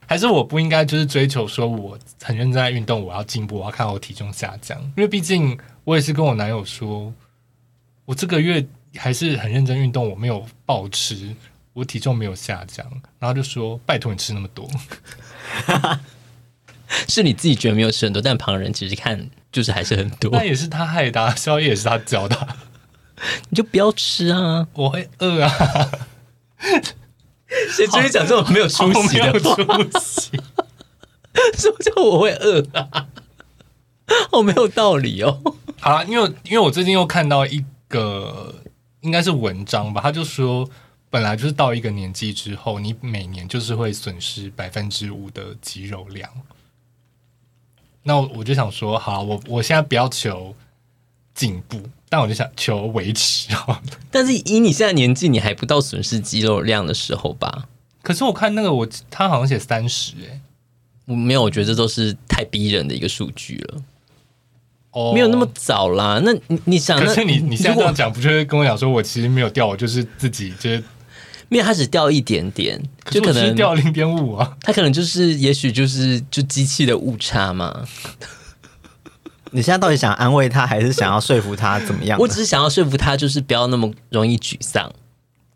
Speaker 2: 还是我不应该就是追求说我很认真在运动，我要进步，我要看到我体重下降，因为毕竟我也是跟我男友说，我这个月还是很认真运动，我没有暴吃，我体重没有下降，然后他就说拜托你吃那么多，
Speaker 1: 是你自己觉得没有吃很多，但旁人其实看就是还是很多
Speaker 2: 那，也是他害的啊、宵夜也是他教的啊、
Speaker 1: 你就不要吃啊！
Speaker 2: [LAUGHS] 我会饿啊，
Speaker 1: 谁至于讲这种没有出
Speaker 2: 我
Speaker 1: 息
Speaker 2: 没有
Speaker 1: 的 [LAUGHS] 话？
Speaker 2: 出息。
Speaker 1: 什么叫我会饿啊？ [LAUGHS] 好没有道理哦！
Speaker 2: 好啦，因为因为我最近又看到一个应该是文章吧，他就说本来就是到一个年纪之后，你每年就是会损失百分之五的肌肉量。那我我就想说，好，我我现在不要求进步，但我就想求维持啊好了。
Speaker 1: 但是以你现在年纪，你还不到损失肌肉量的时候吧？
Speaker 2: 可是我看那个我他好像写三十哎，
Speaker 1: 我没有，我觉得这都是太逼人的一个数据了，
Speaker 2: 哦，
Speaker 1: 没有那么。早啦。那你你想，
Speaker 2: 可
Speaker 1: 那
Speaker 2: 是你你现在
Speaker 1: 如
Speaker 2: 这
Speaker 1: 果
Speaker 2: 样讲，不就是跟我讲说，我其实没有掉，我就是自己就是，
Speaker 1: 没有，它只掉一点点，就
Speaker 2: 我
Speaker 1: 可
Speaker 2: 只是
Speaker 1: 能
Speaker 2: 掉零点五啊。
Speaker 1: 它可能就是，也许就是就机器的误差嘛。
Speaker 3: 你现在到底想安慰他，还是想要说服他怎么 [LAUGHS] 样呢？
Speaker 1: 我只是想要说服他，就是不要那么容易沮丧，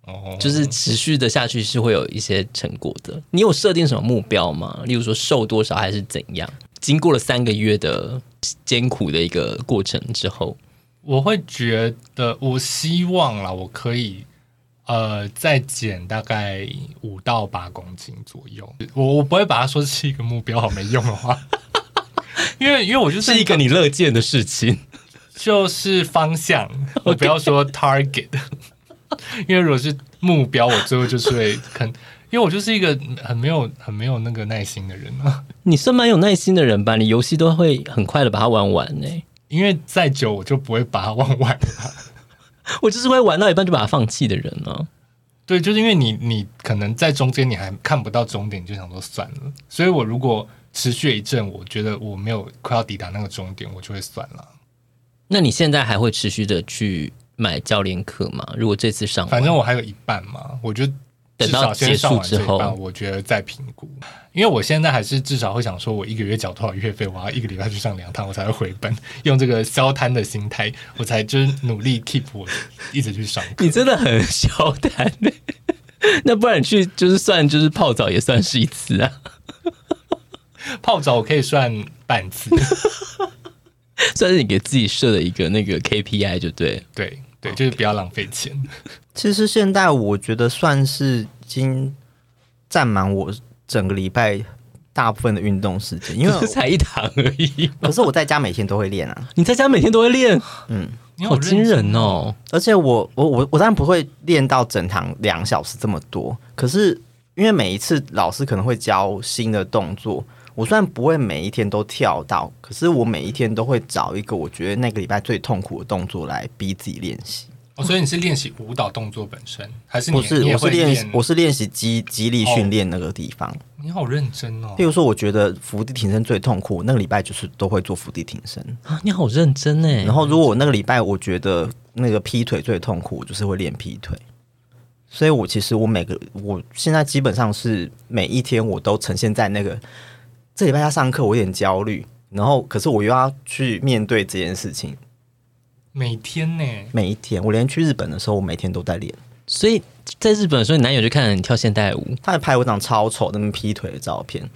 Speaker 2: 哦，
Speaker 1: 就是持续的下去是会有一些成果的。你有设定什么目标吗？例如说瘦多少还是怎样？经过了三个月的艰苦的一个过程之后，
Speaker 2: 我会觉得，我希望啦，我可以呃再减大概五到八公斤左右。我我不会把它说是一个目标，好没用的话， [LAUGHS] 因为因为我就是
Speaker 1: 是一个你乐见的事情。
Speaker 2: 就是方向，我不要说 target，因为如果是目标，我最后就是会肯，因为我就是一个很没有很没有那个耐心的人啊。
Speaker 1: 你算蛮有耐心的人吧？你游戏都会很快的把它玩完欸呢、
Speaker 2: 因为再久我就不会把它忘完了。
Speaker 1: 我就是会玩到一半就把它放弃的人呢、
Speaker 2: [LAUGHS]
Speaker 1: 啊
Speaker 2: 对，就是因为你你可能在中间你还看不到终点，你就想说算了。所以我如果持续了一阵，我觉得我没有快要抵达那个终点，我就会算了。
Speaker 1: 那你现在还会持续的去买教练课吗？如果这次上完，
Speaker 2: 反正我还有一半嘛，我就至
Speaker 1: 哦等到
Speaker 2: 少先上完这一
Speaker 1: 结束之
Speaker 2: 半，
Speaker 1: 后
Speaker 2: 我觉得再评估。因为我现在还是至少会想说，我一个月缴多少月费，我要一个礼拜去上两趟，我才会回本。 [LAUGHS] 用这个消摊的心态，我才就是努力 keep 我一直去上
Speaker 1: [LAUGHS]
Speaker 2: 课。
Speaker 1: 你真的很小胆、欸 [LAUGHS] 那不然你去就是算就是泡澡也算是一次啊， [LAUGHS]
Speaker 2: 泡澡我可以算半次，
Speaker 1: 算是你给自己设的一个那个 KPI 就对。
Speaker 2: 对哦对，就是不要浪费钱。
Speaker 3: 其实现在我觉得算是已经占满我整个礼拜大部分的运动时 [LAUGHS] 间，因为
Speaker 1: 这 [LAUGHS] 才一堂而
Speaker 3: [LAUGHS]
Speaker 1: 已，
Speaker 3: 可是我在家每天都会练啊，
Speaker 1: 你在家每天都会练，
Speaker 2: 你
Speaker 1: 好
Speaker 2: 有认
Speaker 1: 惊人哦！
Speaker 3: 而且我我我我当然不会练到整堂两小时这么多，可是因为每一次老师可能会教新的动作。我虽然不会每一天都跳到，可是我每一天都会找一个我觉得那个礼拜最痛苦的动作来逼自己练习。
Speaker 2: 哦，所以你是练习舞蹈动作本身，还是你
Speaker 3: 不是，
Speaker 2: 你也
Speaker 3: 我是
Speaker 2: 会
Speaker 3: 练我是练习肌肌力
Speaker 2: 哦
Speaker 3: 训练那个地方。
Speaker 2: 你好认真哦
Speaker 3: 譬。如说，我觉得伏地挺身最痛苦，那个礼拜就是都会做伏地挺身。
Speaker 1: 啊，你好认真哎
Speaker 3: 然。后，如果我那个礼拜我觉得那个劈腿最痛苦，我就是会练劈腿。所以我其实我每个我现在基本上是每一天我都呈现在那个这礼拜要上课，我有点焦虑，然后可是我又要去面对这件事情。
Speaker 2: 每天呢，
Speaker 3: 每一天，我连去日本的时候，我每天都在练。
Speaker 1: 所以在日本的时候，你男友就看了你跳现代舞，
Speaker 3: 他还拍我长超丑那么劈腿的照片，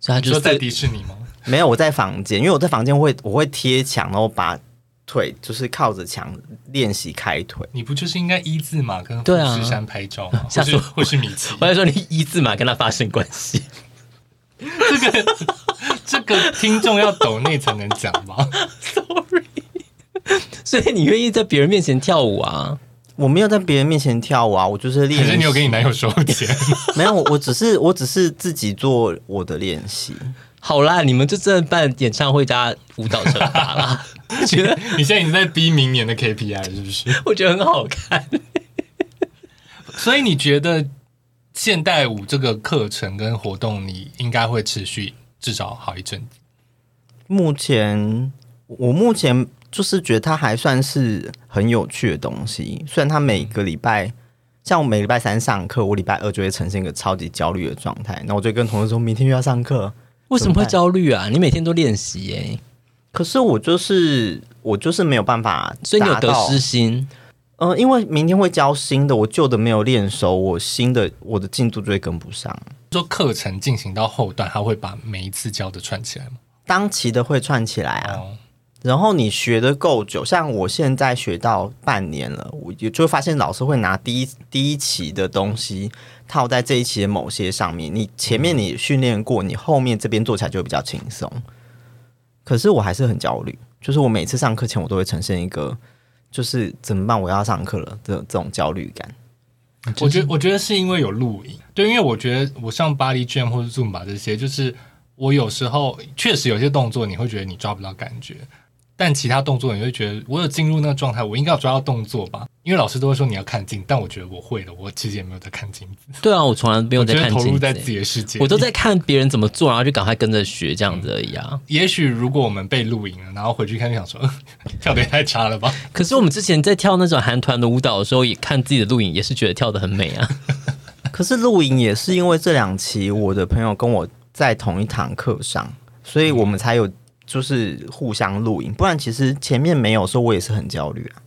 Speaker 1: 所以他
Speaker 2: 你
Speaker 1: 就
Speaker 2: 说在
Speaker 1: 是
Speaker 2: 迪士尼吗？
Speaker 3: 没有，我在房间，因为我在房间会我会贴墙，然后把腿就是靠着墙练习开腿。
Speaker 2: 你不就是应该一字马跟富
Speaker 1: 对啊
Speaker 2: 士山拍照吗？
Speaker 1: [LAUGHS] 吓
Speaker 2: 或
Speaker 1: 死
Speaker 2: 是
Speaker 1: 我
Speaker 2: 或是米奇
Speaker 1: [LAUGHS] 我？还说你一字马跟他发生关系， [LAUGHS]
Speaker 2: 这个这个听众要抖内才能讲吧？
Speaker 1: 所以你愿意在别人面前跳舞啊？
Speaker 3: 我没有在别人面前跳舞啊，我就是练
Speaker 2: 可
Speaker 3: 习。
Speaker 2: 是你有给你男友收
Speaker 1: [LAUGHS]
Speaker 2: 钱？
Speaker 3: [LAUGHS] 没有，我我只是我只是自己做我的练习。
Speaker 1: 好啦，你们就真的办演唱会加舞蹈惩罚啦，觉得
Speaker 2: 你现在已经在逼明年的 KPI 是不是？
Speaker 1: [LAUGHS] 我觉得很好看。
Speaker 2: 所以你觉得现代舞这个课程跟活动，你应该会持续至少好一阵子。
Speaker 3: 目前我目前就是觉得它还算是很有趣的东西，虽然它每个礼拜。像我每礼拜三上课，我礼拜二就会呈现一个超级焦虑的状态，那我就跟同事说明天又要上课。
Speaker 1: 为什么会焦虑啊？你每天都练习欸耶，
Speaker 3: 可是我就是我就是没有办法达到，
Speaker 1: 所以你有得失心。
Speaker 3: 呃，因为明天会教新的，我旧的没有练熟，我新的我的进度就会跟不上。
Speaker 2: 说课程进行到后段，他会把每一次教的串起来吗？
Speaker 3: 当期的会串起来啊，
Speaker 2: 哦，
Speaker 3: 然后你学的够久，像我现在学到半年了，我也就会发现老师会拿第一第一期的东西套在这一期的某些上面。你前面你训练过，你后面这边做起来就会比较轻松。可是我还是很焦虑，就是我每次上课前我都会呈现一个就是怎么办，我要上课了这这种焦虑感。
Speaker 2: 我觉得我觉得是因为有录影，对，因为我觉得我上巴黎 Jam 或者 Zumba 这些，就是我有时候确实有些动作你会觉得你抓不到感觉，但其他动作你会觉得我有进入那个状态，我应该要抓到动作吧？因为老师都会说你要看镜，但我觉得我会了，我其实也没有在看镜子，
Speaker 1: 对啊，我从来没有
Speaker 2: 我
Speaker 1: 在
Speaker 2: 觉得
Speaker 1: 看
Speaker 2: 投入
Speaker 1: 镜子
Speaker 2: 在
Speaker 1: 欸、
Speaker 2: 自己的世界，
Speaker 1: 我都。在看别人怎么做，然后就赶快跟着学这样子而已啊。
Speaker 2: 也许如果我们被录影了，然后回去看就想说， [LAUGHS] 跳的也太差了吧？
Speaker 1: 可是我们之前在跳那种韩团的舞蹈的时候，也看自己的录影，也是觉得跳的很美啊。
Speaker 2: [LAUGHS]
Speaker 3: 可是露营也是因为这两期我的朋友跟我在同一堂课上，所以我们才有就是互相露营。不然其实前面没有的时候我也是很焦虑啊。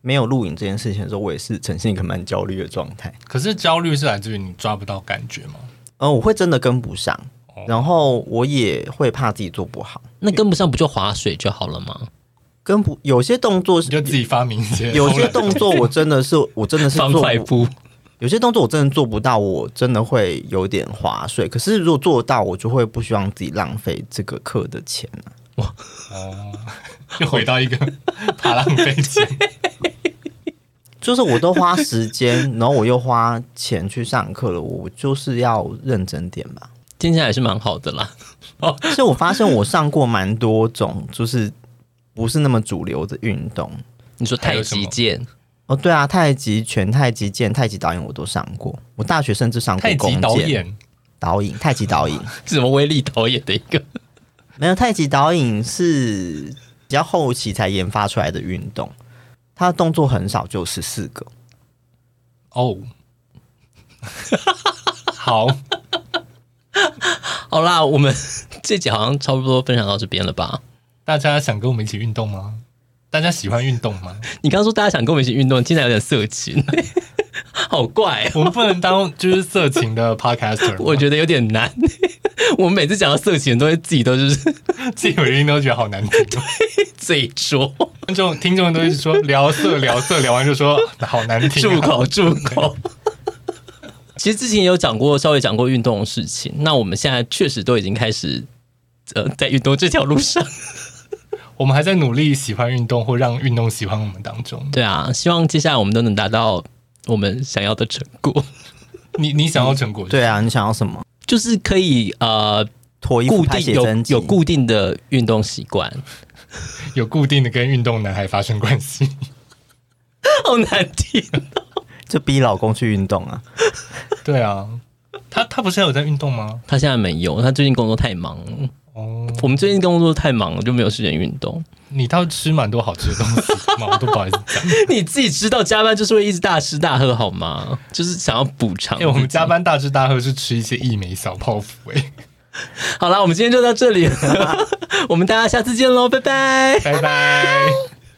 Speaker 3: 没有录影这件事情的时候，我也是呈现一个蛮焦虑的状态。
Speaker 2: 可是焦虑是来自于你抓不到感觉吗？
Speaker 3: 嗯、我会真的跟不上
Speaker 2: 哦，
Speaker 3: 然后我也会怕自己做不好，
Speaker 1: 那跟不上不就划水就好了吗？
Speaker 3: 跟不有些动作
Speaker 2: 你就自己发明一些
Speaker 3: 有
Speaker 2: 偷
Speaker 3: 些
Speaker 2: 懒
Speaker 3: 动作我真的是我真 [LAUGHS] 的是
Speaker 1: 方
Speaker 3: 做
Speaker 1: 块
Speaker 3: 不
Speaker 1: 布，
Speaker 3: 有些动作我真的做不到，我真的会有点划水。可是如果做到，我就会不希望自己浪费这个课的钱啊。
Speaker 2: 哦，又回到一个爬浪费钱。
Speaker 3: 就是我都花时间， [LAUGHS] 然后我又花钱去上课了，我就是要认真点吧。
Speaker 1: 听起来也是蛮好的啦。
Speaker 3: 其实我发现我上过蛮多种，就是不是那么主流的运动。
Speaker 1: 你说
Speaker 2: 还
Speaker 1: 太
Speaker 2: 有什么
Speaker 1: 极剑，
Speaker 3: 哦，对啊，太极拳、太极剑、太极导引我都上过，我大学甚至上过
Speaker 2: 太极
Speaker 3: 弓
Speaker 2: 导
Speaker 3: 箭、
Speaker 2: 演
Speaker 3: 导引、太极导引。
Speaker 1: 是什么威力导演的一个？
Speaker 3: 没有太极导引是比较后期才研发出来的运动，它的动作很少，就十四个。
Speaker 2: 哦，好，
Speaker 1: 好啦，我们这集好像差不多分享到这边了吧？
Speaker 2: 大家想跟我们一起运动吗？大家喜欢运动吗？
Speaker 1: 你刚刚说大家想跟我们一起运动，听起来有点色情， [LAUGHS] 好怪、哦，
Speaker 2: 我们不能当就是色情的 podcaster， [LAUGHS]
Speaker 1: 我觉得有点难。 [LAUGHS] 我们每次讲到色情，都会自己都就是
Speaker 2: 得自己有音都觉得好难听。哦
Speaker 1: 嘴拙，
Speaker 2: 观众听众都一直说聊色聊色，聊完就说好难听、
Speaker 1: 住
Speaker 2: 啊。
Speaker 1: 口住口。其实之前也有讲过，稍微讲过运动的事情。那我们现在确实都已经开始，呃， [LAUGHS] 在运动这条路上。
Speaker 2: 我们还在努力喜欢运动或让运动喜欢我们当中。
Speaker 1: 对啊，希望接下来我们都能达到我们想要的成果，
Speaker 2: 你你想要成果？
Speaker 3: 对啊，你想要什么？
Speaker 1: 就是可以呃
Speaker 3: 脱衣服、
Speaker 1: 固
Speaker 3: 拍
Speaker 1: 定
Speaker 3: 写
Speaker 1: 有
Speaker 3: 真集
Speaker 1: 有固定的运动习惯，
Speaker 2: 有固定的跟运动男孩发生关系。
Speaker 1: 好难听。
Speaker 3: 就逼老公去运动啊。
Speaker 2: 对啊，他他不是还有在运动吗？
Speaker 1: 他现在没有，他最近工作太忙了。
Speaker 2: 哦，
Speaker 1: 我们最近工作太忙了，就没有时间运动。
Speaker 2: 你倒吃蛮多好吃的东西的嘛，我都不好意思讲。
Speaker 1: [LAUGHS] 你自己知道加班就是会一直大吃大喝好吗？就是想要补偿
Speaker 2: 哎、
Speaker 1: 自己。
Speaker 2: 我们加班大吃大喝是吃一些一枚小泡芙、哎，
Speaker 1: [LAUGHS] 好啦，我们今天就到这里了，我们大家下次见喽，拜拜。
Speaker 2: 拜拜。